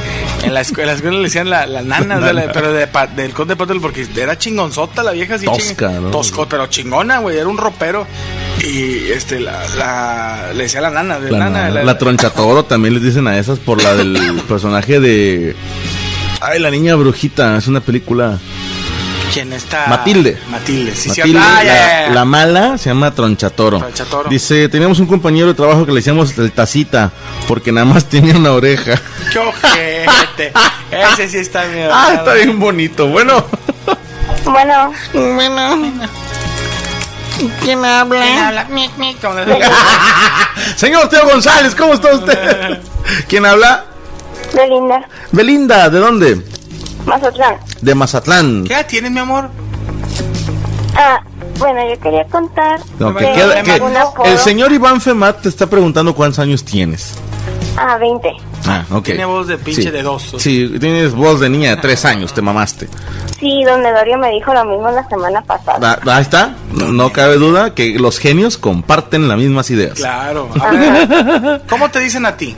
S7: en la, escuela, en la escuela le decían la, la nana, o sea, la- pero de, pa- del conde de Pátula porque era chingonzota la vieja. Así,
S6: Tosca,
S7: ching-
S6: ¿no?
S7: Tosco, pero chingona, güey, era un ropero. Y este, la, la- le decía la nana. de
S6: La,
S7: nana,
S6: nana.
S7: la-
S6: La tronchatoro también les dicen a esas por la del personaje de. Ay, la niña brujita, es una película.
S7: ¿Quién está?
S6: Matilde.
S7: Matilde, sí,
S6: Matilde,
S7: cierto. Ah,
S6: la,
S7: ya, ya, ya.
S6: la mala se llama Tronchatoro.
S7: Tronchatoro.
S6: Dice, teníamos un compañero de trabajo que le decíamos el tacita, porque nada más tenía una oreja.
S7: ¡Qué ojete! Ese sí está miedo.
S6: Ah, está bien bonito. Bueno,
S9: Bueno,
S7: ¿Quién habla? ¿Quién habla? Mic, mic, como le-
S6: señor Teo González, ¿cómo está usted? ¿Quién habla?
S9: de linda,
S6: Belinda, ¿de dónde?
S9: Mazatlán.
S6: De Mazatlán.
S7: ¿Qué edad tienes, mi amor?
S9: Ah, bueno, yo quería contar
S6: No, que
S9: de
S6: queda- que-
S9: un apodo.
S6: el señor Iván Femat te está preguntando cuántos años tienes.
S9: Ah, 20.
S6: Ah, ok.
S7: Tiene voz de pinche
S6: Sí.
S7: de dos.
S6: Sí, tienes voz de niña de tres años, te mamaste.
S9: Sí, don Edorio me dijo lo mismo la semana pasada.
S6: Ah, Ahí está, no no cabe duda que los genios comparten las mismas ideas.
S7: Claro. A ver, ¿Cómo te dicen a ti?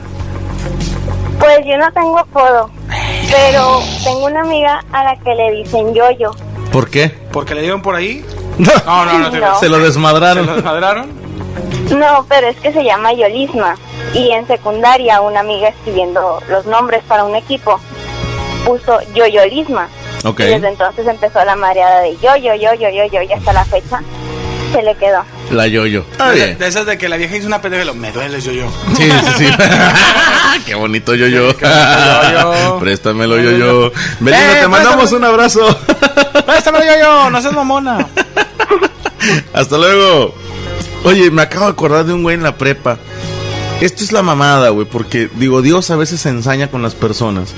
S9: Pues yo no tengo apodo, pero tengo una amiga a la que le dicen Yoyo.
S6: ¿Por qué?
S7: ¿Porque le dieron por ahí? No, no, no. te-
S9: No.
S6: Se lo
S7: ¿Se
S6: desmadraron.
S7: los madraron?
S9: No, pero es que se llama Yolisma. Y en secundaria una amiga escribiendo los nombres para un equipo puso Yoyolisma.
S6: Ok.
S9: Y desde entonces empezó la mareada de Yoyo, Yoyo, Yoyo y hasta la fecha se le quedó.
S6: La yoyo. Está
S7: de,
S6: bien.
S7: de esas de que la vieja hizo una pendeja y lo, me duele yo yo.
S6: Sí, sí, sí. Ah, Qué bonito yoyo. Préstamelo yoyo. Belinda, te mandamos un abrazo.
S7: Eh, Préstamelo yo yo, no seas mamona.
S6: Hasta luego. Oye, me acabo de acordar de un güey en la prepa. Esto es la mamada, güey, porque digo, Dios a veces se ensaña con las personas.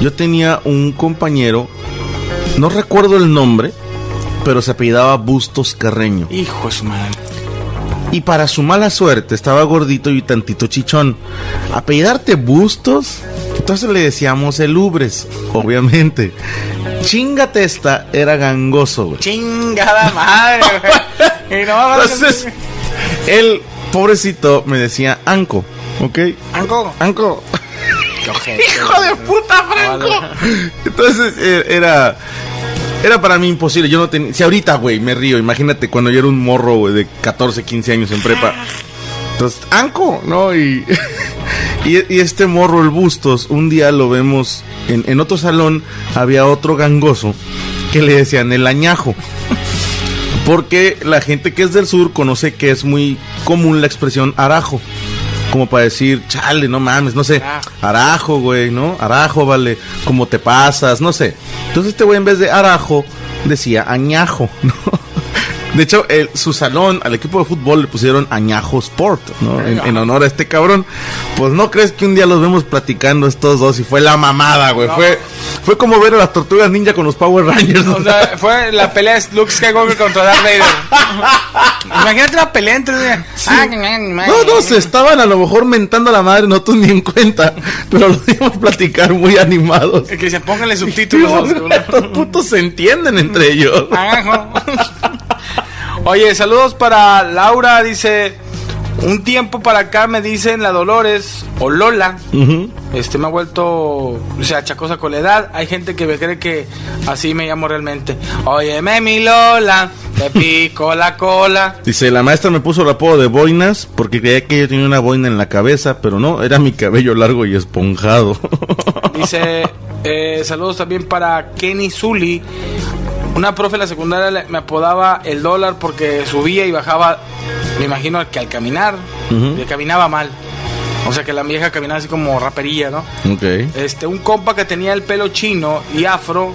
S6: Yo tenía un compañero, no recuerdo el nombre, pero se apellidaba Bustos Carreño.
S7: Hijo de su madre.
S6: Y para su mala suerte, estaba gordito y tantito chichón. Apellidarte Bustos, entonces le decíamos el Ubres, obviamente. Chingate esta, era gangoso, güey.
S7: Chingada madre, güey. Y no va a
S6: Entonces, el pobrecito me decía Anco, ¿ok?
S7: Anco.
S6: Anco.
S7: Qué ojete,
S6: ¡Hijo de puta, Franco! Entonces eh, era. Era para mí imposible. Yo no tenía. Si ahorita, güey, me río. Imagínate cuando yo era un morro, güey, de 14, 15 años en prepa. Entonces, Anco, ¿no? Y. Y, y este morro, el Bustos, un día lo vemos en, en otro salón. Había otro gangoso que le decían el añajo. Porque la gente que es del sur conoce que es muy común la expresión arajo. Como para decir, chale, no mames, no sé. Arajo, güey, ¿no? Arajo, vale. Como te pasas, no sé. Entonces este güey en vez de arajo decía añajo, ¿no? De hecho, el- su salón al equipo de fútbol le pusieron Añajo Sport, ¿no? En, en honor a este cabrón. Pues no crees que un día los vemos platicando estos dos y fue la mamada, güey.
S7: No.
S6: Fue, fue como ver a las tortugas ninja con los Power Rangers. ¿no?
S7: O sea, fue la pelea de Luke Skywalker contra Darth Vader. Imagínate una pelea entre. Ah,
S6: No, no, se estaban a lo mejor mentando a la madre, nosotros ni en cuenta, pero lo íbamos a platicar muy animados.
S7: Que se pónganle subtítulos.
S6: Estos putos se entienden entre ellos.
S7: Agajo. Ah, Oye, saludos para Laura, dice. Un tiempo para acá me dicen la Dolores o Lola.
S6: Ujú.
S7: Este me ha vuelto, o sea, chacosa con la edad. Hay gente que me cree que así me llamo realmente. Oye, mi Lola, te pico la cola.
S6: Dice, la maestra me puso el apodo de boinas porque creía que yo tenía una boina en la cabeza, pero no, era mi cabello largo y esponjado.
S7: Dice, eh, saludos también para Kenny Zully. Una profe de la secundaria le- me apodaba el dólar porque subía y bajaba, me imagino que al caminar,
S6: Ujú.
S7: que caminaba mal. O sea que la vieja caminaba así como raperilla, ¿no?
S6: ok.
S7: Este, un compa que tenía el pelo chino y afro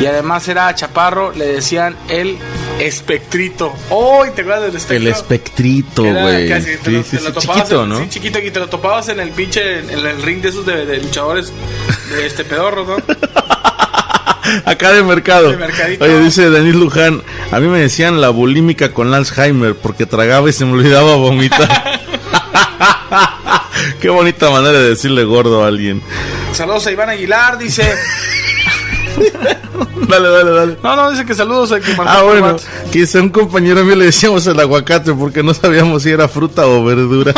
S7: y además era chaparro, le decían el espectrito. ¡Oh! ¿Te acuerdas del espectro?
S6: El espectrito,
S7: Era
S6: güey.
S7: que así, te lo-
S6: Sí, sí,
S7: te lo
S6: sí,
S7: topabas
S6: chiquito,
S7: en-
S6: ¿no?
S7: sí, chiquito, y te lo topabas en el pinche, en el ring de esos de, de luchadores de este pedorro, ¿no?
S6: Acá de mercado.
S7: De mercadito.
S6: Oye, dice Denis Luján, a mí me decían la bulímica con Alzheimer porque tragaba y se me olvidaba vomitar. Qué bonita manera de decirle gordo a alguien.
S7: Saludos a Iván Aguilar, dice.
S6: Dale, dale, dale.
S7: No, no, dice que saludos a que marcó
S6: Ah,
S7: por
S6: bueno,
S7: WhatsApp.
S6: quizá un compañero mío le decíamos el aguacate porque no sabíamos si era fruta o verdura.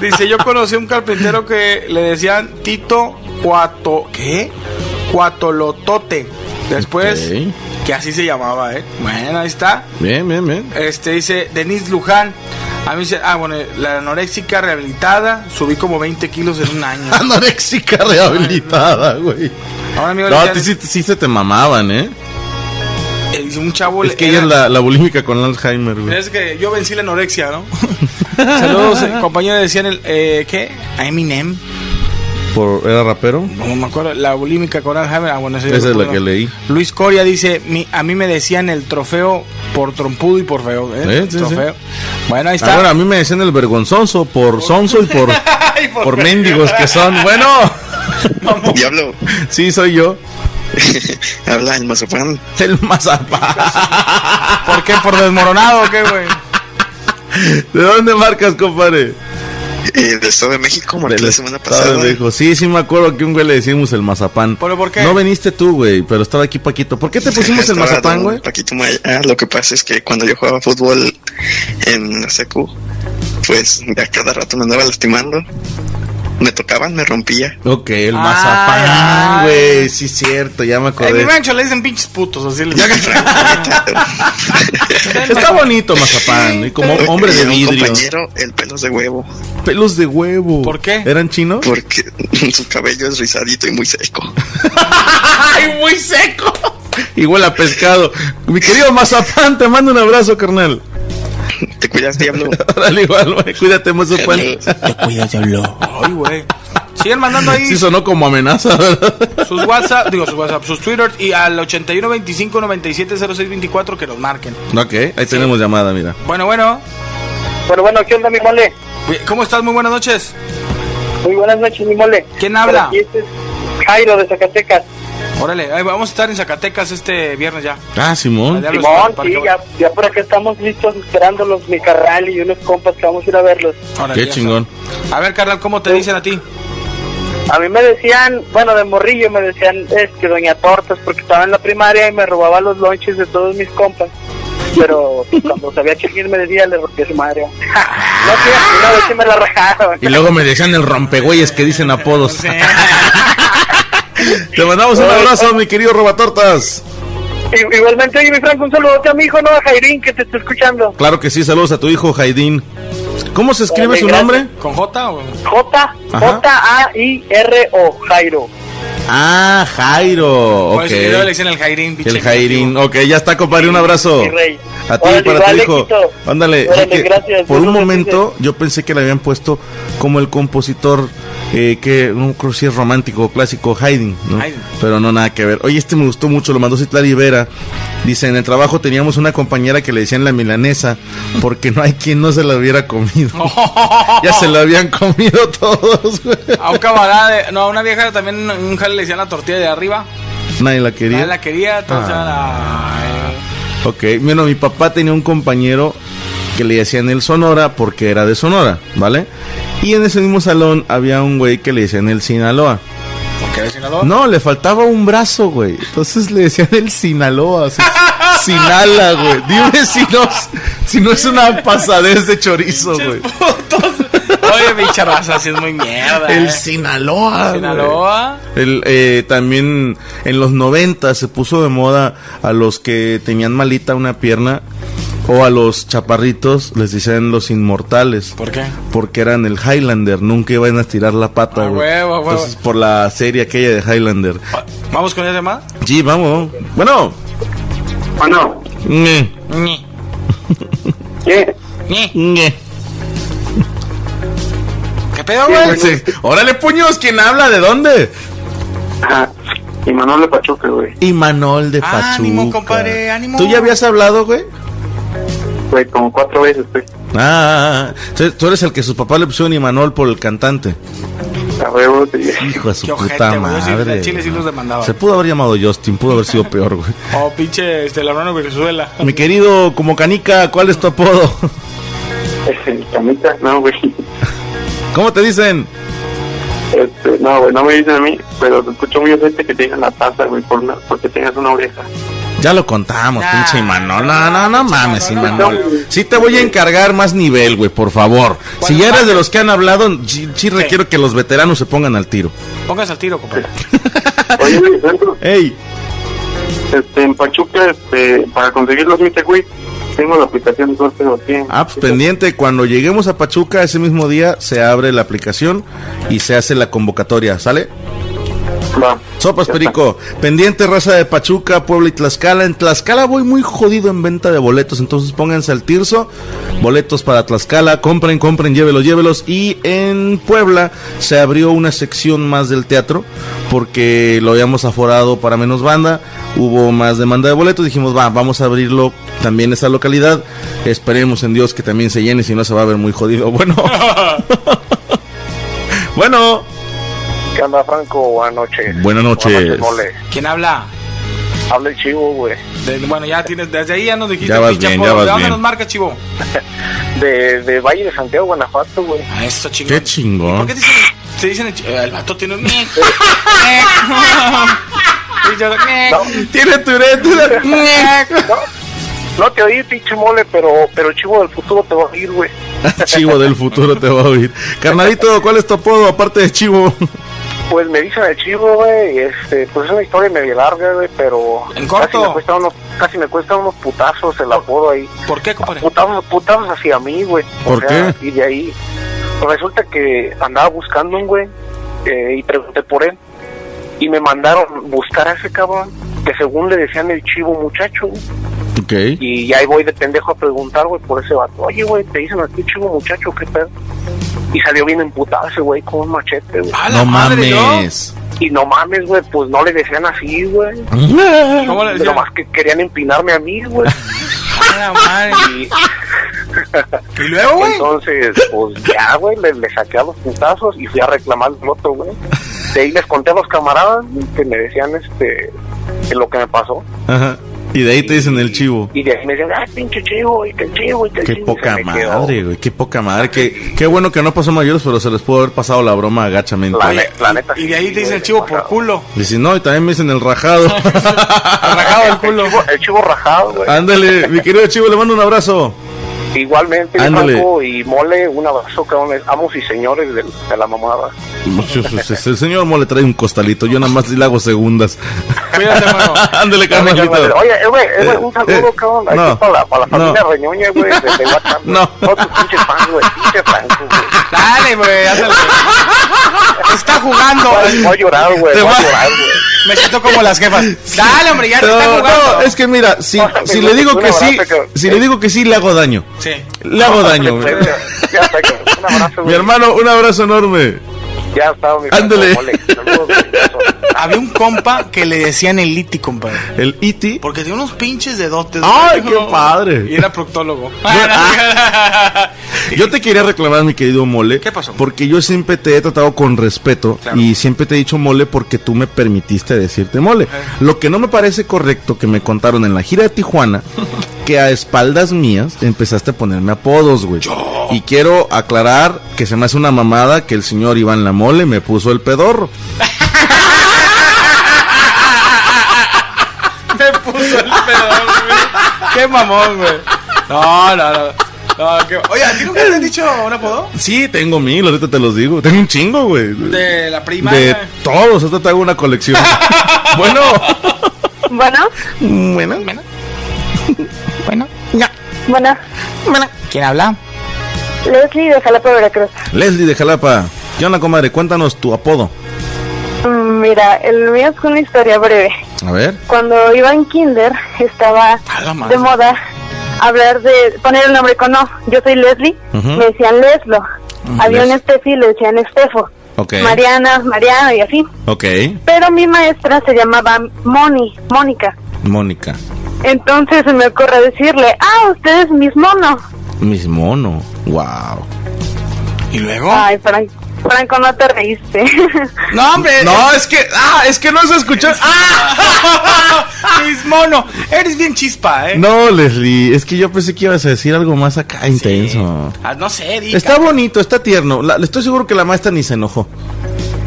S7: Dice, yo conocí a un carpintero que le decían Tito Cuato... ¿Qué? Cuatolotote. Después,
S6: Ok.
S7: que así se llamaba, ¿eh? Bueno, ahí está.
S6: bien, bien, bien.
S7: Este dice Denise Luján. A mí dice, ah, bueno, la anoréxica rehabilitada, subí como 20 kilos en un año.
S6: Anoréxica rehabilitada, güey.
S7: Ahora, amigo,
S6: No,
S7: le
S6: a ti sí, sí se te mamaban, ¿eh?
S7: eh, dice, un chavo
S6: Es que
S7: era-
S6: ella es la, la bulímica con Alzheimer, güey.
S7: es que yo vencí la anorexia, ¿no? Saludos, eh, compañero, decían el, eh, ¿qué? A Eminem,
S6: Por, ¿Era rapero?
S7: no me acuerdo, la bulímica con Alzheimer, ah, bueno, ese yo
S6: Esa es
S7: recuerdo,
S6: la que
S7: ¿no?
S6: leí.
S7: Luis Coria dice, "Mi- a mí me decían el trofeo por trompudo y por feo, ¿eh?
S6: Eh, sí, sí.
S7: Trofeo. Bueno, ahí está.
S6: Ahora, a mí me decían el vergonzoso por sonso y por,
S7: Ay, por-
S6: por mendigos que son. Bueno,
S8: Diablo,
S6: sí, soy yo.
S8: habla el mazapán.
S6: El mazapán.
S7: ¿Por qué? ¿Por desmoronado o qué, güey?
S6: ¿De dónde marcas, compadre?
S8: El Eh, del Estado de México, marqué la semana
S6: Estaba
S8: pasada.
S6: lejos. Sí, sí me acuerdo que un güey le decimos el mazapán.
S7: ¿Pero por qué?
S6: No viniste tú, güey, pero estaba aquí Paquito. ¿Por qué te pusimos el
S8: Estaba
S6: mazapán,
S8: don
S6: güey?
S8: Paquito Maya. Ah, lo que pasa es que cuando yo jugaba fútbol en la secu, pues a cada rato me andaba lastimando. Me tocaban, me rompía.
S6: Ok, el
S7: Ay,
S6: mazapán,
S7: ay.
S6: güey. Sí, cierto, ya me
S7: En mi
S6: acordé.
S7: rancho le dicen pinches putos, así le dicen.
S6: Está bonito mazapán, y como hombre de
S8: Tenía un
S6: vidrio.
S8: compañero, el pelos de huevo,
S6: Pelos de huevo.
S7: ¿Por qué?
S6: ¿Eran chinos?
S8: porque su cabello es rizadito y muy seco.
S6: ¡Ay, muy seco! Igual a pescado. Mi querido Mazapán, te mando un abrazo, carnal.
S8: Te cuidas, diablo.
S6: Órale, igual, güey. Cuídate, Mazapán.
S8: Te cuidas, diablo.
S7: Ay, güey. Sigan mandando ahí
S6: Sí sonó como amenaza, ¿verdad?
S7: sus WhatsApp, digo sus WhatsApp, sus Twitter y al 81 25 97 06 24 que nos marquen.
S6: Ok, ahí tenemos llamada, mira.
S7: Bueno, bueno.
S8: Bueno, bueno, ¿qué onda, mi mole?
S7: ¿Cómo estás? Muy buenas noches.
S8: Muy buenas noches, mi mole.
S7: ¿Quién
S8: Por
S7: habla?
S8: aquí este es Jairo de Zacatecas.
S7: Órale, ahí vamos a estar en Zacatecas este viernes ya.
S6: Ah, Simón.
S7: Diablos
S8: Simón,
S7: para el
S8: sí,
S7: parque.
S8: ya, ya por acá estamos listos esperándolos, mi carral y unos compas que vamos a ir a verlos.
S7: Órale,
S6: Qué
S7: ya
S6: chingón.
S7: está. A ver, carnal, ¿cómo te dicen a ti?
S8: A mí me decían, bueno, de morrillo me decían, este, Doña Tortas, porque estaba en la primaria y me robaba los lonches de todos mis compas. Pero pues, cuando sabía chiquín me decía, le rompí a su madre. no, sí, una vez sí me la rajaron.
S6: Y luego me decían el rompegüeyes que dicen apodos. Te mandamos un abrazo, mi querido Robatortas.
S8: I- Igualmente, oye, mi Franco, un saludote a mi hijo, ¿no? A Jairín, que te está escuchando.
S6: Claro que sí, saludos a tu hijo Jaidín. ¿Cómo se escribe
S8: Dale,
S6: su
S8: gracias.
S6: nombre?
S7: ¿Con J o
S8: J,
S6: Ajá.
S8: J-A-I-R-O, Jairo.
S6: Ah, Jairo.
S7: Por
S6: Ok.
S7: eso yo le dicen el Jairín, pinche
S6: El Jairín. Ok, ya está, compadre. Un abrazo.
S8: mi rey.
S6: A ti
S8: Órale,
S6: para tu
S8: vale,
S6: hijo.
S8: Quito.
S6: Ándale.
S8: Órale,
S6: es que
S8: gracias.
S6: Por un
S8: Buenas
S6: momento yo pensé que le habían puesto como el compositor eh, que no creo si es romántico o clásico, Haydn, ¿no?
S7: Haydn.
S6: Pero no, nada que ver. Oye, este me gustó mucho, lo mandó Citlali Vera. Dice, en el trabajo teníamos una compañera que le decían la milanesa porque no hay quien no se la hubiera comido. ya se la habían comido todos. güey.
S7: A un camarada de- No, a una vieja también en un jale le decían la tortilla de arriba.
S6: Nadie la quería.
S7: Nadie la
S6: Ah.
S7: quería, entonces ay.
S6: Ok, bueno, mi papá tenía un compañero que le decían el Sonora porque era de Sonora, ¿vale? Y en ese mismo salón había un güey que le decían el Sinaloa.
S7: ¿Por qué de Sinaloa?
S6: No, le faltaba un brazo, güey. Entonces le decían el Sinaloa, así, Sinala, güey. Dime si no, si no es una pasadez de chorizo, güey.
S7: Oye, pinche raza, así es muy mierda.
S6: El
S7: eh.
S6: Sinaloa, güey.
S7: Sinaloa.
S6: El, eh, también en los 90 se puso de moda a los que tenían malita una pierna o a los chaparritos, les decían los inmortales.
S7: ¿Por qué?
S6: Porque eran el Highlander, nunca iban a estirar la pata,
S7: Ah,
S6: güey.
S7: huevo, huevo.
S6: Entonces, por la serie aquella de Highlander.
S7: ¿Vamos con esa llamada?
S6: Sí, vamos. Bueno. Mm.
S8: Bueno,
S6: Ñe,
S7: Ñe,
S8: ¿qué?
S7: ñe.
S6: ñe.
S7: ¿Qué pedo, güey?
S6: Sí. Órale, puños, ¿quién habla? ¿De dónde?
S8: Ajá. Y Manuel de Pachuca, güey.
S6: Y Manol de Pachuca.
S7: Ánimo, compadre, ánimo.
S6: ¿Tú ya habías hablado, güey?
S8: Güey, como cuatro veces, güey.
S6: Ah, tú- tú eres el que su papá le puso un Imanol por el cantante.
S8: A huevo, sí.
S6: Hijo de su
S7: Qué ojete,
S6: puta
S7: güey. Yo sí,
S6: madre.
S7: en Chile sí los demandaba.
S6: Se pudo haber llamado Justin, pudo haber sido peor, güey.
S7: O pinche este, Laurano Venezuela.
S6: Mi querido, como canica, ¿cuál es tu apodo?
S8: Este, Camita, no, güey.
S6: ¿Cómo te dicen?
S8: Este, no, güey, no me dicen a mí, pero te escucho muy gente que te digan la taza, güey, por una- porque tengas una oreja.
S6: Ya lo contamos,
S7: Nah,
S6: pinche Imanol. No, no, no mames,
S7: no, no,
S6: Imanol. Sí te voy a encargar más nivel, güey, por favor. Si ya eres de los que han hablado, sí, sí requiero que los veteranos se pongan al tiro.
S7: Póngase al tiro, compadre.
S8: Oye, güey, Franco,
S6: ¡Ey!
S8: este, en Pachuca, este, para conseguir los Mite, güey, tengo la aplicación de pero bien.
S6: Ah, pues, pendiente, cuando lleguemos a Pachuca ese mismo día se abre la aplicación y se hace la convocatoria, ¿sale?
S8: Va.
S6: Sopas
S8: Ya
S6: Perico, pendiente raza de Pachuca, Puebla y Tlaxcala. En Tlaxcala voy muy jodido en venta de boletos, entonces pónganse al tirso. Boletos para Tlaxcala, compren, compren, llévelos, llévelos. Y en Puebla se abrió una sección más del teatro porque lo habíamos aforado para menos banda. Hubo más demanda de boletos, dijimos, va, vamos a abrirlo también esa localidad. Esperemos en Dios que también se llene, si no se va a ver muy jodido. Bueno. bueno.
S8: está. ¿Qué onda, Franco? Buenas noches.
S6: Buenas noches.
S8: mole.
S7: ¿Quién habla?
S8: Habla el chivo, güey,
S7: De- bueno, ya tienes, desde ahí ya nos dijiste,
S6: Ya vas
S7: pinche
S6: bien,
S7: apodo.
S6: ya vas
S7: ¿De dónde
S6: bien.
S7: nos marca, chivo?
S8: de, de Valle de Santiago, Guanajuato, güey.
S7: A Ah, eso, chingón.
S6: Qué chingón.
S7: ¿Y ¿Por qué te dicen, te dicen el, chi- eh, el vato tiene un... y yo,
S6: Tiene tureta.
S8: No, no te oí, pinche mole, pero, pero chivo del futuro te va a ir, güey.
S6: Chivo del futuro te va a oír. Carnalito, ¿cuál es tu apodo aparte de Chivo?
S8: Pues me dicen el chivo, güey, este, pues es una historia medio larga, güey, pero...
S7: En corto.
S8: Casi me cuesta unos, casi me cuesta unos putazos el apodo ahí.
S7: ¿Por qué, compadre?
S8: Putazos, putazos hacia mí, güey. O
S6: ¿Por
S8: sea,
S6: qué?
S8: Y de ahí, pues resulta que andaba buscando un güey eh, y pregunté por él. Y me mandaron buscar a ese cabrón que según le decían el chivo muchacho, güey.
S6: Ok.
S8: Y ahí voy de pendejo a preguntar, güey, por ese vato. Oye, güey, te dicen aquí chivo muchacho, qué pedo. Y salió bien emputado ese güey con un machete, güey.
S6: No mames.
S8: Y no mames, güey, pues no le decían así, güey.
S7: ¿Cómo le decían?
S8: Nomás que querían empinarme a mí, güey.
S7: A la madre.
S8: Y,
S7: ¿Y luego, güey?
S8: Entonces, pues ya, güey, le, le saqué a los putazos y fui a reclamar el otro, güey. De ahí les conté a los camaradas que me decían, este, que lo que me pasó.
S6: Ajá. Y de ahí te dicen el chivo.
S8: Y de ahí me decían, ay, pinche chivo, y que el chivo, y que el
S6: Qué
S8: chivo. Y se
S6: poca
S8: me quedó.
S6: madre, güey. Qué poca madre. Qué, qué bueno que no pasó mayores, pero se les pudo haber pasado la broma agachamente.
S8: La, ne- la neta.
S7: Y de ahí te dicen el chivo por culo.
S6: Y si no, y también me dicen el rajado.
S7: Arrajado el culo.
S8: El chivo, el chivo rajado, güey.
S6: Ándale, mi querido chivo, le mando un abrazo.
S8: Igualmente,
S6: Ándale.
S8: Franco y Mole, un abrazo, cabrones, amos y señores de, de la mamada.
S6: El señor Mole trae un costalito, yo nada más le hago segundas.
S7: Cuídate, hermano.
S6: Ándale, carnalito.
S8: Oye, eh, güey, eh, güey, un
S6: Eh,
S8: saludo,
S6: eh,
S8: cabrón, aquí
S6: no,
S8: para la, para la familia
S6: no.
S8: Reñoña, güey, desde WhatsApp. güey.
S6: No.
S8: Todos tus pinches fans, güey, pinche Franco, güey.
S7: Dale, güey, hazle. Está jugando.
S8: Voy- Voy a llorar, güey,
S6: Te
S8: voy a
S6: va-
S8: llorar, güey.
S7: Me siento como las jefas. Dale, hombre, ya te
S6: No,
S7: está jugando.
S6: no, es que mira, si,
S8: Pásame,
S6: si le
S8: güey,
S6: digo
S8: un
S6: que sí,
S8: abrazo, cabrón.
S6: si le digo que sí, le hago daño.
S7: Sí.
S6: Le hago daño. güey.
S8: Ya está, cabrón, un abrazo,
S6: Mi
S8: güey.
S6: hermano, un abrazo enorme.
S8: Ya está, mi
S6: Ándale.
S8: Franco, Mole. Saludos, güey, besos.
S7: Había un compa que le decían el liti, compadre.
S6: El Iti.
S7: Porque tenía unos pinches dedotes.
S6: ¡Ay,
S7: güey.
S6: qué padre!
S7: Y era proctólogo.
S6: Yo te quería reclamar, mi querido Mole.
S7: ¿Qué pasó?
S6: Porque yo siempre te he tratado con respeto
S7: Claro.
S6: y siempre te he dicho Mole porque tú me permitiste decirte Mole. Lo que no me parece correcto que me contaron en la gira de Tijuana, que a espaldas mías empezaste a ponerme apodos, güey. Y quiero aclarar que se me hace una mamada que el señor Iván La Mole me puso el pedorro.
S7: Me puso el pedón, güey. Qué mamón, güey. No, no, no. No, qué- Oye, ¿a ti nunca te han dicho un apodo?
S6: Sí, tengo mil, ahorita te los digo. Tengo un chingo, güey.
S7: De la
S6: De
S7: primaria.
S6: todos, hasta te hago una colección. bueno,
S9: Bueno,
S6: bueno,
S7: Bueno,
S9: bueno,
S7: ¿quién habla?
S9: Leslie de Jalapa, Veracruz.
S6: Leslie de Jalapa. ¿Qué onda, comadre? Cuéntanos tu apodo.
S9: Mm, Mira, el mío es una historia breve.
S6: A ver.
S9: Cuando iba en kinder, estaba
S7: ¿Eh? A la madre.
S9: de moda hablar de poner el nombre con no. Yo soy Leslie,
S6: Ujú.
S9: me decían Leslo. Había
S7: Mm,
S6: Les.
S9: un Estefi, le decían Estefo.
S6: Ok.
S7: ¿Eh?
S9: Mariana, Mariano y así.
S6: Ok.
S9: Pero mi maestra se llamaba Moni, Mónica.
S6: Mónica.
S9: Entonces se me ocurre decirle, ah, usted es mis mono.
S6: Mis mono. Wow.
S7: ¿Y luego?
S9: Ay, Fran- Franco, no te reíste.
S7: No, hombre.
S6: No, es que. Ah, es que no se escuchó.
S7: Mis Ah. mono. Eres bien chispa, ¿eh?
S6: No, Leslie. Es que yo pensé que ibas a decir algo más acá intenso.
S7: Ah, no sé, di.
S6: Está bonito, está tierno. La- le estoy seguro que la maestra ni se enojó.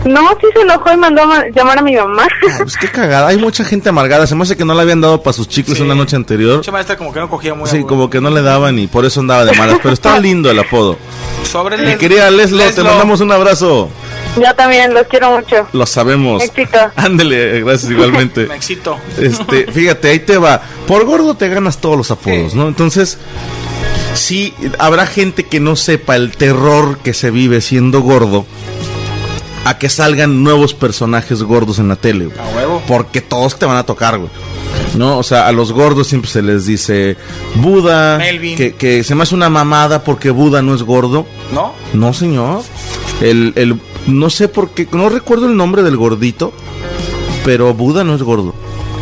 S9: no, sí se enojó y mandó a ma- llamar a mi mamá.
S6: Ah, pues qué cagada. Hay mucha gente amargada. Se me hace que no le habían dado para sus chicles
S7: Sí.
S6: una noche anterior.
S7: Pinche maestra como que no cogía muy a
S6: Sí,
S7: huevo.
S6: como que no le daban y por eso andaba de malas. Pero está lindo el apodo.
S7: Sobre
S6: Mi querida Leslie, te mandamos un abrazo.
S9: Yo también los quiero mucho.
S6: Lo sabemos.
S9: Éxito.
S6: Ándele, gracias igualmente.
S7: Me excito.
S6: Este, fíjate, ahí te va. Por gordo te ganas todos los apodos, ¿no? Entonces, sí, habrá gente que no sepa el terror que se vive siendo gordo a que salgan nuevos personajes gordos en la tele. güey.
S7: A huevo.
S6: Porque todos te van a tocar, güey. No, o sea, a los gordos siempre se les dice Buda,
S7: Melvin.
S6: que, que se me hace una mamada porque Buda no es gordo.
S7: ¿No?
S6: No, señor. El, el, no sé por qué, no recuerdo el nombre del gordito, pero Buda no es gordo.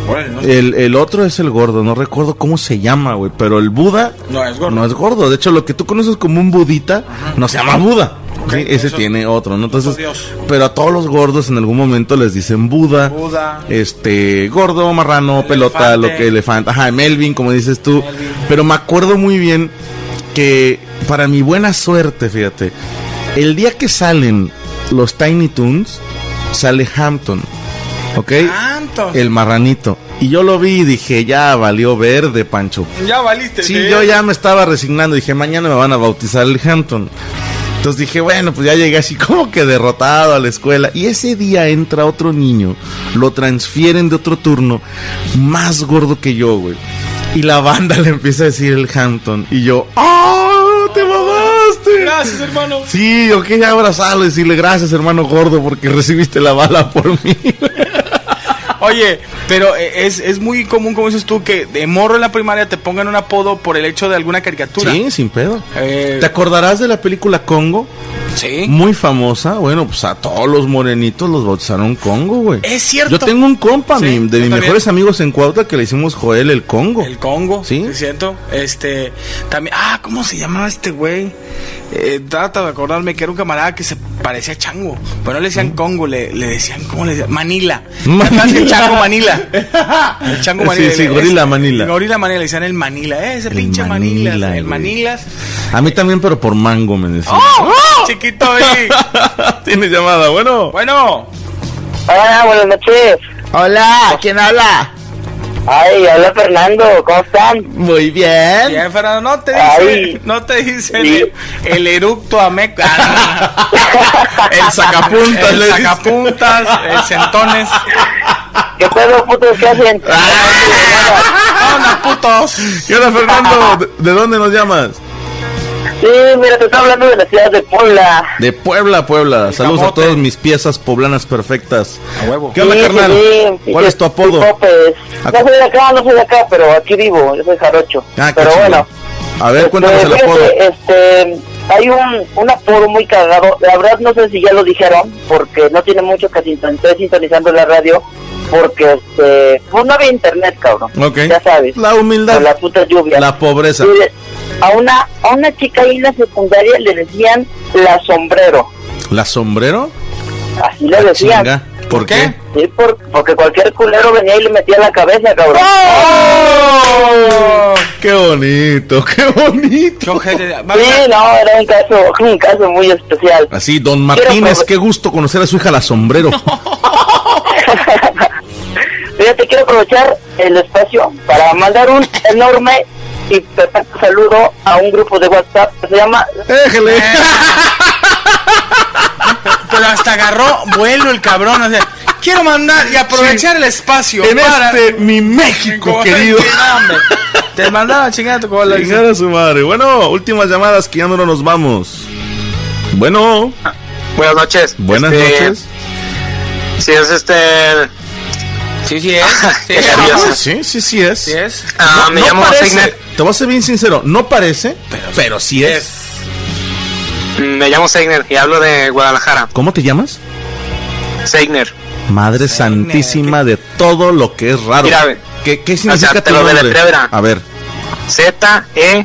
S7: Órale, no,
S6: El, el otro es el gordo, no recuerdo cómo se llama, güey, pero el Buda
S7: No es gordo.
S6: no es gordo. De hecho, lo que tú conoces como un budita no se llama Buda.
S7: Ok,
S6: Sí, Ese
S7: eso-
S6: tiene otro, ¿no? Entonces,
S7: otro dios.
S6: pero a todos los gordos en algún momento les dicen Buda,
S7: Buda.
S6: este, gordo, marrano,
S7: Elefante.
S6: pelota, lo que elefante, ajá, Melvin, como dices tú.
S7: Melvin.
S6: Pero me acuerdo muy bien que para mi buena suerte, fíjate, el día que salen los Tiny Toons, sale Hampton, ¿ok?
S7: Tanto.
S6: El marranito. Y yo lo vi y dije, ya valió verde, Pancho.
S7: Ya valiste.
S6: Sí,
S7: ¿eh?
S6: yo ya me estaba resignando. Dije, mañana me van a bautizar el Hampton. Entonces dije, bueno, pues ya llegué así como que derrotado a la escuela. Y ese día entra otro niño, lo transfieren de otro turno, más gordo que yo, güey. Y la banda le empieza a decir el Hampton. Y yo, ¡ah! ¡Te mamaste!
S7: Gracias, hermano.
S6: Sí, yo quería abrazarlo y decirle gracias, hermano gordo, porque recibiste la bala por mí.
S7: Oye, pero eh, es, es muy común, como dices tú, que de morro en la primaria te pongan un apodo por el hecho de alguna caricatura.
S6: Sí, sin pedo.
S7: Eh,
S6: ¿Te acordarás de la película Congo?
S7: Sí.
S6: Muy famosa. Bueno, pues a todos los morenitos los bautizaron Congo, güey.
S7: Es cierto.
S6: Yo tengo un compa
S7: Sí,
S6: mi-
S7: yo
S6: de mis
S7: también.
S6: mejores amigos en Cuautla que le hicimos Joel el Congo.
S7: El Congo,
S6: Sí.
S7: es cierto. Este, también, ah, ¿cómo se llamaba este güey? Eh, trata de acordarme que era un camarada que se parecía a Chango. Pero no le decían Congo, le, le decían, ¿cómo le decían? Manila.
S6: Mm.
S7: Manila. El
S6: Manila.
S7: Chango Manila. El Chango
S6: Sí,
S7: Manila.
S6: sí,
S7: Le-
S6: gorila
S7: es-
S6: Manila.
S7: Gorila Manila, le decían el Manila. Eh, ese
S6: El
S7: pinche Manila.
S6: Manila,
S7: el
S6: güey.
S7: Manilas.
S6: A mí también, pero por mango me decían.
S7: ¡Oh! Chiquito ahí.
S6: Tienes llamada, bueno.
S7: bueno,
S8: Hola, buenas noches.
S12: Hola, ¿quién habla?
S8: Ay, hola Fernando, ¿cómo están?
S12: Muy
S6: ¿eh?
S12: bien.
S7: ya Fernando, no te dice,
S8: Ay.
S7: no te dice el, el eructo a Meca.
S6: El sacapuntas,
S7: el
S6: le dice.
S7: sacapuntas, el centones.
S8: ¿Qué pedo, putos, qué hacen?
S7: ¡Hola, putos!
S6: ¿Qué onda, Fernando? ¿De- ¿De dónde nos llamas?
S8: Sí, mira, te estaba hablando de la ciudad de Puebla.
S6: De Puebla, Puebla. Saludos
S7: camote.
S6: a todas mis piezas poblanas perfectas.
S7: A huevo.
S6: ¿Qué onda,
S8: Sí,
S6: carnal?
S8: sí,
S6: ¿Cuál
S8: sí,
S6: es tu
S8: sí,
S6: apodo?
S8: Popes.
S6: Acá.
S8: No soy de acá, no soy de acá, pero aquí vivo, yo soy jarocho.
S6: Ah, qué
S8: pero
S6: chingón.
S8: bueno.
S6: A ver,
S8: este,
S6: cuéntanos el
S8: fíjate,
S6: apodo.
S8: Este, hay un, un apodo muy cagado. La verdad no sé si ya lo dijeron, porque no tiene mucho que sinton- estoy sintonizando la radio, porque este, pues no había internet, cabrón.
S6: Ok.
S8: Ya sabes.
S6: La humildad.
S8: Con la puta lluvia.
S6: La pobreza.
S8: Y le- a una, a una chica ahí en la secundaria le decían la sombrero.
S6: ¿La sombrero?
S8: Así le decían.
S6: Chinga. ¿Por qué?
S8: Sí, por- porque cualquier culero venía y le metía la cabeza, cabrón.
S6: ¡Oh! ¡Qué bonito! ¡Qué bonito!
S7: Qué ojete. Va,
S8: Sí,
S7: mira,
S8: no, era un caso, un caso muy especial.
S6: Así,
S8: Quiero
S6: don Martínez,
S8: probar-
S6: qué gusto conocer a su hija la sombrero.
S8: Fíjate, quiero aprovechar el espacio para mandar un enorme y perfecto saludo a un grupo de WhatsApp que se llama... Eh,
S6: Déjele.
S7: Pero hasta agarró vuelo el cabrón. O sea, quiero mandar y aprovechar el espacio
S6: En
S7: para.
S6: este, mi México, querido.
S7: No, hombre. Te mandaron a chingar a tu cola.
S6: Chingar
S7: dice.
S6: a su madre. Bueno, últimas llamadas que ya no nos vamos. Bueno,
S12: Buenas noches.
S6: buenas
S12: Este,
S6: noches.
S12: Si es este.
S7: Sí, sí es.
S8: Ah,
S7: Sí,
S12: Qué nervioso.
S7: es.
S6: Sí, sí, sí es.
S7: Sí es.
S12: ah, me llamo
S6: parece.
S12: Segnet.
S6: Te voy a ser bien sincero, no parece, pero, sí es.
S12: Mm, Me llamo Segner y hablo de Guadalajara.
S6: ¿Cómo te llamas?
S12: Segner.
S6: Madre Santísima de todo lo que es raro.
S12: Mira, a ver.
S6: ¿Qué, qué significa
S12: te
S6: tu
S12: lo
S6: nombre?
S12: deletreo, verá.
S6: A ver,
S12: E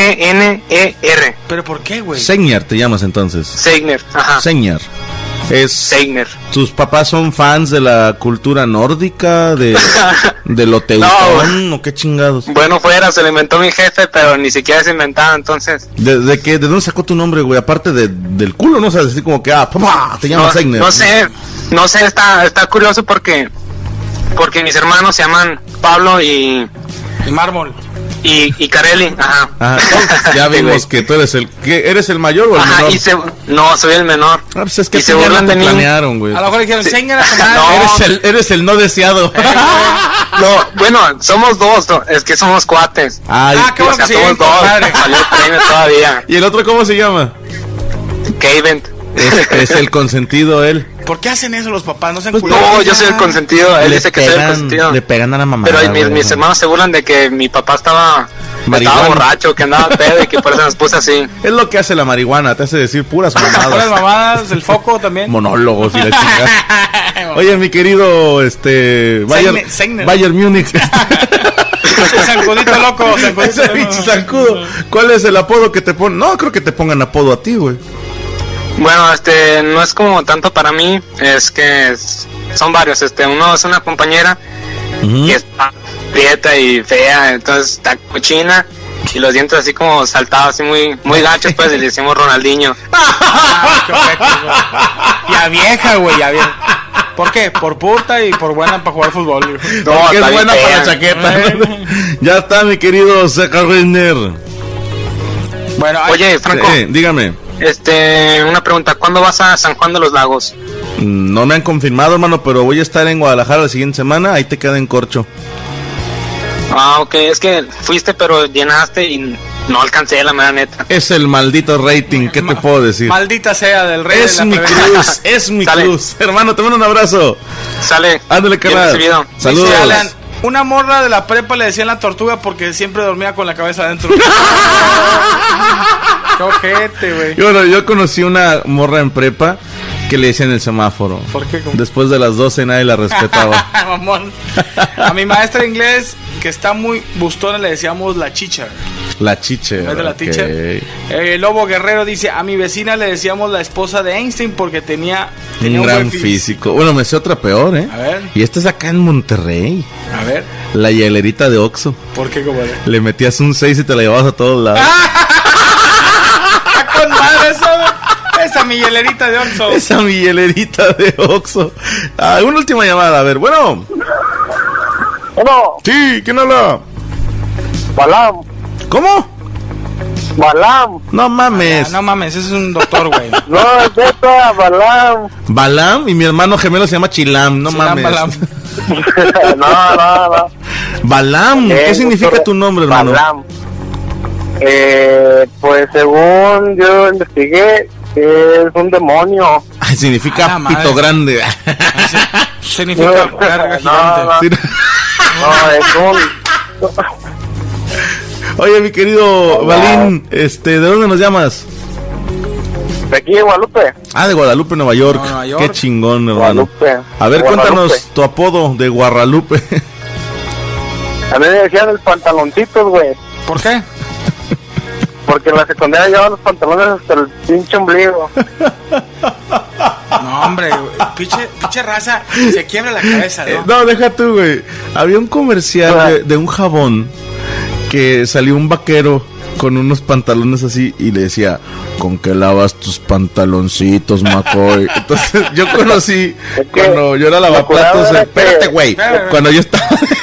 S12: Z-E-I-G-N-E-R.
S7: ¿Pero por qué, güey?
S6: Señor te llamas entonces.
S12: Segner. Ajá.
S6: Señor. Es
S12: Segner.
S6: ¿Tus papás son fans de la cultura nórdica? ¿De, de lo teutón? ¿O qué chingados?
S12: Bueno, fuera, se lo inventó mi jefe, pero ni siquiera se inventaba entonces.
S6: ¿De, de qué, ¿De dónde sacó tu nombre, güey? Aparte de- del culo, ¿no? O sea, así como que, ah, papá, te llamas
S12: no,
S6: Segner.
S12: no sé, no sé, está, está curioso porque porque mis hermanos se llaman Pablo y,
S7: El mármol.
S12: y, y Carelli. Ajá.
S6: Ah, pues, ya
S12: Sí, güey.
S6: vimos que tú eres el... ¿qué, ¿Eres el mayor o el
S12: Ajá,
S6: menor?
S12: y se, no, soy el menor.
S6: Ah, pues es que
S12: y
S6: tú
S12: se
S6: ya no
S12: burlan
S6: te
S12: de mí.
S6: planearon, güey.
S7: A lo mejor le dijeron, chingar a tu
S12: No. Eh,
S7: madre.
S6: Ah, Eres, el, eres el no deseado.
S12: No, bueno, somos dos, no, es que somos cuates.
S6: Ay,
S7: Ah, qué
S12: O
S7: bueno que
S12: sea,
S7: sí,
S12: somos dos.
S7: compadre.
S12: Salió el premio todavía.
S6: ¿Y el otro cómo se llama?
S12: Kevin.
S6: Es, es el consentido él.
S7: ¿Por qué hacen eso los papás? No se
S6: Pues
S7: culeros.
S12: No, yo soy el consentido. Él dice que soy el consentido.
S6: le pegan a la mamá.
S12: Pero mis,
S6: güey.
S12: mis hermanos se burlan de que mi papá estaba,
S6: Marihuana.
S12: estaba borracho, que andaba pedo y que por eso nos puso así.
S6: Es lo que hace la marihuana, te hace decir puras
S7: Las
S6: mamadas.
S7: mamadas, el foco también.
S6: Monólogos y la chingada. Oye, mi querido, este. Bayern,
S7: Segner.
S6: Bayern Múnich.
S7: Sancudito loco.
S6: Ese
S7: Sancudito
S6: pinche
S7: loco.
S6: zancudo. ¿Cuál es el apodo que te ponen? No, creo que te pongan apodo a ti, güey.
S12: Bueno, este, no es como tanto para mí, es que es- son varios, este, uno es una compañera que está prieta y fea, entonces está cochina y los dientes así como saltados, así muy, muy gachos, pues, y le decimos Ronaldinho.
S7: Ah, qué ojete, güey. Y a vieja, güey, ya vieja. ¿Por qué? Por puta y por buena para jugar fútbol. güey. Eh.
S12: No, está
S6: que es
S12: bien
S6: buena para
S12: fea.
S6: la chaqueta. ya está, mi querido Zeca Reiner.
S7: Bueno, ay,
S12: Oye, Franco,
S6: Eh, dígame.
S12: este, una pregunta, ¿cuándo vas a San Juan de los Lagos?
S6: Mm, No me han confirmado, hermano, pero voy a estar en Guadalajara la siguiente semana. Ahí te queda en corcho.
S12: Ah, ok, es que fuiste pero llenaste y no alcancé la mera neta.
S6: Es el maldito rating, ¿qué te puedo decir?
S7: Maldita sea del rey.
S6: Es
S7: de la
S6: mi
S7: prevención.
S6: cruz, es mi cruz. Hermano, te mando un abrazo.
S12: Sale.
S6: Ándale,
S7: Bien
S6: canal.
S7: recibido.
S6: Saludos.
S7: Dice Alan, una morra de la prepa le decían la tortuga porque siempre dormía con la cabeza adentro. Qué ojete, güey.
S6: Yo, bueno, yo conocí una morra en prepa que le decían el semáforo.
S7: ¿Por qué? ¿Cómo?
S6: Después de las 12 nadie la respetaba.
S7: Mamón. A mi maestra de inglés, que está muy bustona, le decíamos la chicha.
S6: La chiche.
S7: ¿No es de la
S6: ok.
S7: teacher? Eh, Lobo Guerrero dice, a mi vecina le decíamos la esposa de Einstein porque tenía, tenía
S6: Un gran
S7: buen físico".
S6: físico. Bueno, me sé otra peor, ¿eh?
S7: A ver.
S6: Y esta es acá en Monterrey.
S7: A ver,
S6: La hielerita de Oxxo.
S7: ¿por qué, compadre?
S6: Le metías un 6 y te la llevabas a todos lados.
S7: ¡Ah, con madre eso! güey! Esa mi hielerita de Oxxo.
S6: Esa mi hielerita de Oxxo. Ah, una última llamada, a ver. Bueno.
S8: Bueno.
S6: Sí, ¿quién habla?
S8: Balam.
S6: ¿Cómo?
S8: Balam.
S6: No mames.
S7: No mames, ese es un doctor, güey.
S8: No, es neta, Balam.
S6: Balam y mi hermano gemelo se llama Chilam, no
S7: Chilam,
S6: mames.
S7: Balam.
S8: no, no, no.
S6: Balam,
S8: Eh,
S6: ¿qué
S8: doctor,
S6: significa tu nombre, hermano?
S8: Balam. Eh, pues según yo investigué, es un demonio.
S6: Ay, significa
S8: A la
S6: pito
S8: madre.
S6: grande.
S7: Significa
S8: No,
S7: verga
S8: no,
S7: gigante.
S8: no, es un...
S6: Oye, mi querido Balín, este, ¿de dónde nos llamas?
S8: De aquí de Guadalupe.
S6: Ah, de Guadalupe, Nueva York.
S8: Nueva York.
S6: Qué chingón, hermano.
S8: Guadalupe.
S6: A ver,
S8: Guadalupe.
S6: cuéntanos tu apodo de Guadalupe.
S8: A mí me decían el pantaloncitos, güey.
S7: ¿Por qué?
S8: Porque en la secundaria llevaban los pantalones hasta el pinche ombligo.
S7: No, hombre, güey. pinche, pinche raza se quiebra la cabeza,
S6: Eh,
S7: ¿no?
S6: no, deja tú, güey. Había un
S8: Ah.
S6: comercial de, de un jabón que salió un vaquero con unos pantalones así y le decía, ¿con qué lavas tus pantaloncitos, McCoy? Entonces yo conocí cuando yo era lavaplatos.
S8: curada
S6: en-
S8: era que-
S6: Espérate, güey.
S8: Espérate.
S6: Cuando yo estaba.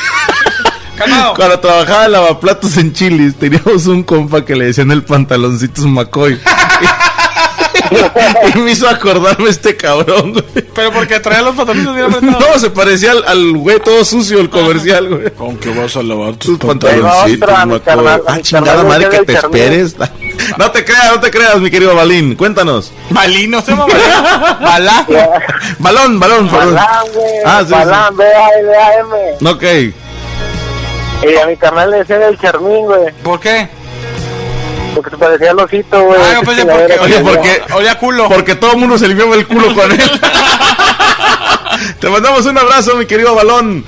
S6: Cuando trabajaba en lavaplatos en Chilis, teníamos un compa que le decían el pantaloncitos McCoy. y me hizo acordarme este cabrón, güey.
S7: Pero porque traía los pantalones bien apretados.
S6: No, se parecía al, al güey todo sucio, el comercial, güey.
S7: ¿Con qué vas a lavar tus
S6: pantaloncitos,
S8: Otra, mi
S6: maco-
S8: carnal,
S6: Ah,
S8: mi
S6: chingada
S8: carnal,
S6: madre
S8: ya
S6: que
S8: del
S6: te
S8: Carmín.
S6: esperes. No te creas, no te creas, mi querido Balín. Cuéntanos.
S7: Balín, no se llama Balín. Balá.
S6: Balón, balón, balón.
S8: Balam, güey.
S6: Ah, sí,
S8: Balam,
S6: sí.
S8: B-A-L-A-M.
S6: Ok.
S8: Y a mi carnal le decían el charmín, güey.
S7: ¿Por qué?
S8: Porque se parecía al osito, güey.
S7: Ah, yo pensé
S8: La
S7: porque-
S8: verga,
S6: Oye,
S8: güey.
S6: porque.
S7: Olía culo.
S6: Porque todo el mundo se limpiaba el culo con él. te mandamos un abrazo, mi querido Balón.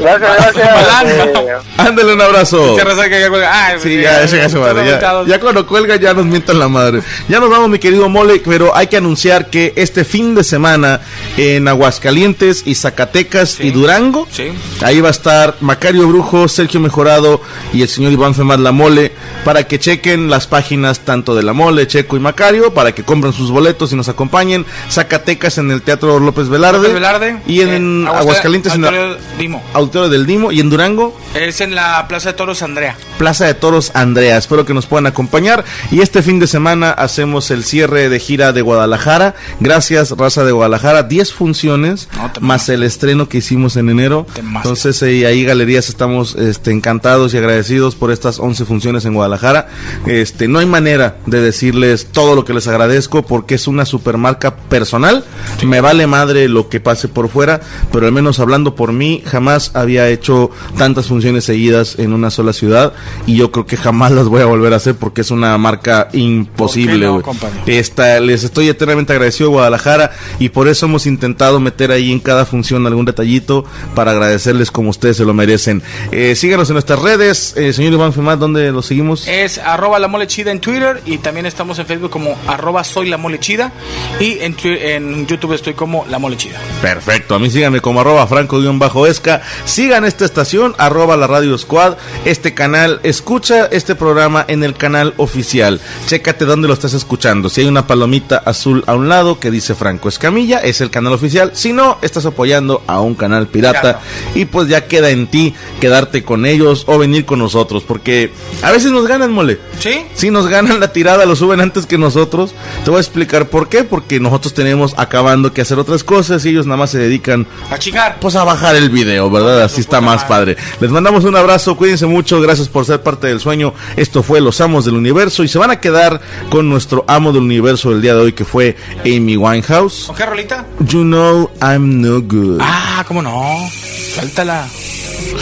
S8: Gracias, gracias.
S7: Balán.
S8: Eh,
S6: Ándale un abrazo.
S7: Pinche raza que ya cuelga. Ay,
S6: Sí, ya, ese ya su madre, ya, ya cuando cuelga ya nos mientan la madre. Ya nos vamos, mi querido Mole, pero hay que anunciar que este fin de semana en Aguascalientes y Zacatecas y Durango,
S7: Sí.
S6: ahí va a estar Macario Brujo, Sergio Mejorado y el señor Iván Femad La Mole, para que chequen las páginas tanto de La Mole, Checo y Macario, para que compren sus boletos y nos acompañen. Zacatecas en el Teatro López Velarde.
S7: López Velarde.
S6: Y en
S7: Eh,
S6: Aguascalientes en
S7: Auditorio
S6: la-
S7: Dimo.
S6: Auditorio del Dimo y en Durango.
S7: Es en la Plaza de Toros Andrea.
S6: Plaza de Toros Andrea. Espero que nos puedan acompañar. Y este fin de semana hacemos el cierre de gira de Guadalajara. Gracias, raza de Guadalajara. 10 funciones más el estreno que hicimos en enero. Entonces, eh, ahí, galerías, estamos este, encantados y agradecidos por estas 11 funciones en Guadalajara. Este, no hay manera de decirles todo lo que les agradezco porque es una supermarca personal. Me vale madre lo que pase por fuera, pero al menos hablando por mí, jamás había hecho tantas funciones seguidas en una sola ciudad y yo creo que jamás las voy a volver a hacer porque es una marca imposible.
S7: no,
S6: güey.
S7: compadre?
S6: Esta- les estoy eternamente agradecido a Guadalajara y por eso hemos intentado meter ahí en cada función algún detallito para agradecerles como ustedes se lo merecen. Eh, síganos en nuestras redes, eh, señor Iván Femad, ¿dónde lo seguimos?
S7: Es arroba la mole chida en Twitter y también estamos en Facebook como arroba soy la mole chida y en, Twi- en YouTube estoy como la mole chida.
S6: Perfecto, a mí síganme como arroba franco-esca, sigan esta estación, arroba la radio squad, este canal oficial. Escucha este programa en el canal oficial. Chécate dónde lo estás escuchando. Si hay una palomita azul a un lado que dice Franco Escamilla, es el canal oficial. Si no, estás apoyando a un canal pirata. Y pues ya queda en ti quedarte con ellos o venir con nosotros. Porque a veces nos ganan, mole.
S7: Sí.
S6: Si nos ganan la tirada, lo suben antes que nosotros. Te voy a explicar por qué. Porque nosotros tenemos acabando que hacer otras cosas y ellos nada más se dedican
S7: a chingar.
S6: Pues a bajar el video, ¿verdad? Así está más padre. Les mandamos un abrazo, cuídense mucho, gracias por ser parte del sueño. Esto fue Los Amos del Universo y se van a quedar con nuestro amo del universo del día de hoy que fue Amy Winehouse.
S7: ¿Con qué rolita?
S6: You know I'm no good.
S7: Ah, ¿cómo no? Suéltala.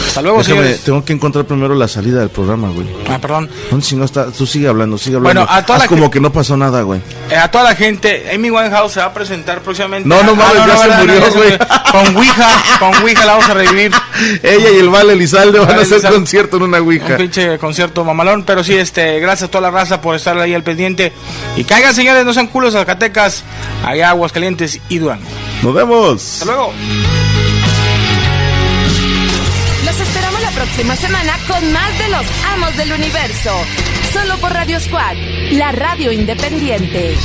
S7: Hasta luego,
S6: Déjame,
S7: señores.
S6: tengo que encontrar primero la salida del programa, güey.
S7: Ah, perdón.
S6: No, si no está, tú sigue hablando, sigue hablando.
S7: Bueno, a toda
S6: Haz
S7: la
S6: como que no pasó nada, güey.
S7: Eh, a toda la gente, Amy Winehouse se va a presentar próximamente.
S6: No, no
S7: Ah,
S6: mames, ya se
S7: ¿verdad?
S6: murió,
S7: ya se
S6: güey.
S7: Con Ouija, con Ouija la vamos a revivir.
S6: Ella y el Vale Elizalde van a
S7: Vale
S6: hacer
S7: Elizalde.
S6: concierto en una
S7: Un
S6: Ouija.
S7: pinche concierto mamalón, pero sí, este, gracias a toda la raza por estar ahí al pendiente. Y caigan, señores, no sean culos, Zacatecas, allá Aguascalientes y Durango.
S6: Nos vemos.
S7: Hasta luego.
S4: Los esperamos la próxima semana con más de los amos del universo. Solo por Radio Squad, la radio independiente.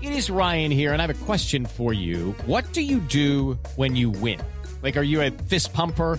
S13: It is Ryan here, and I have a question for you. What do you do when you win? Like, are you a fist pumper?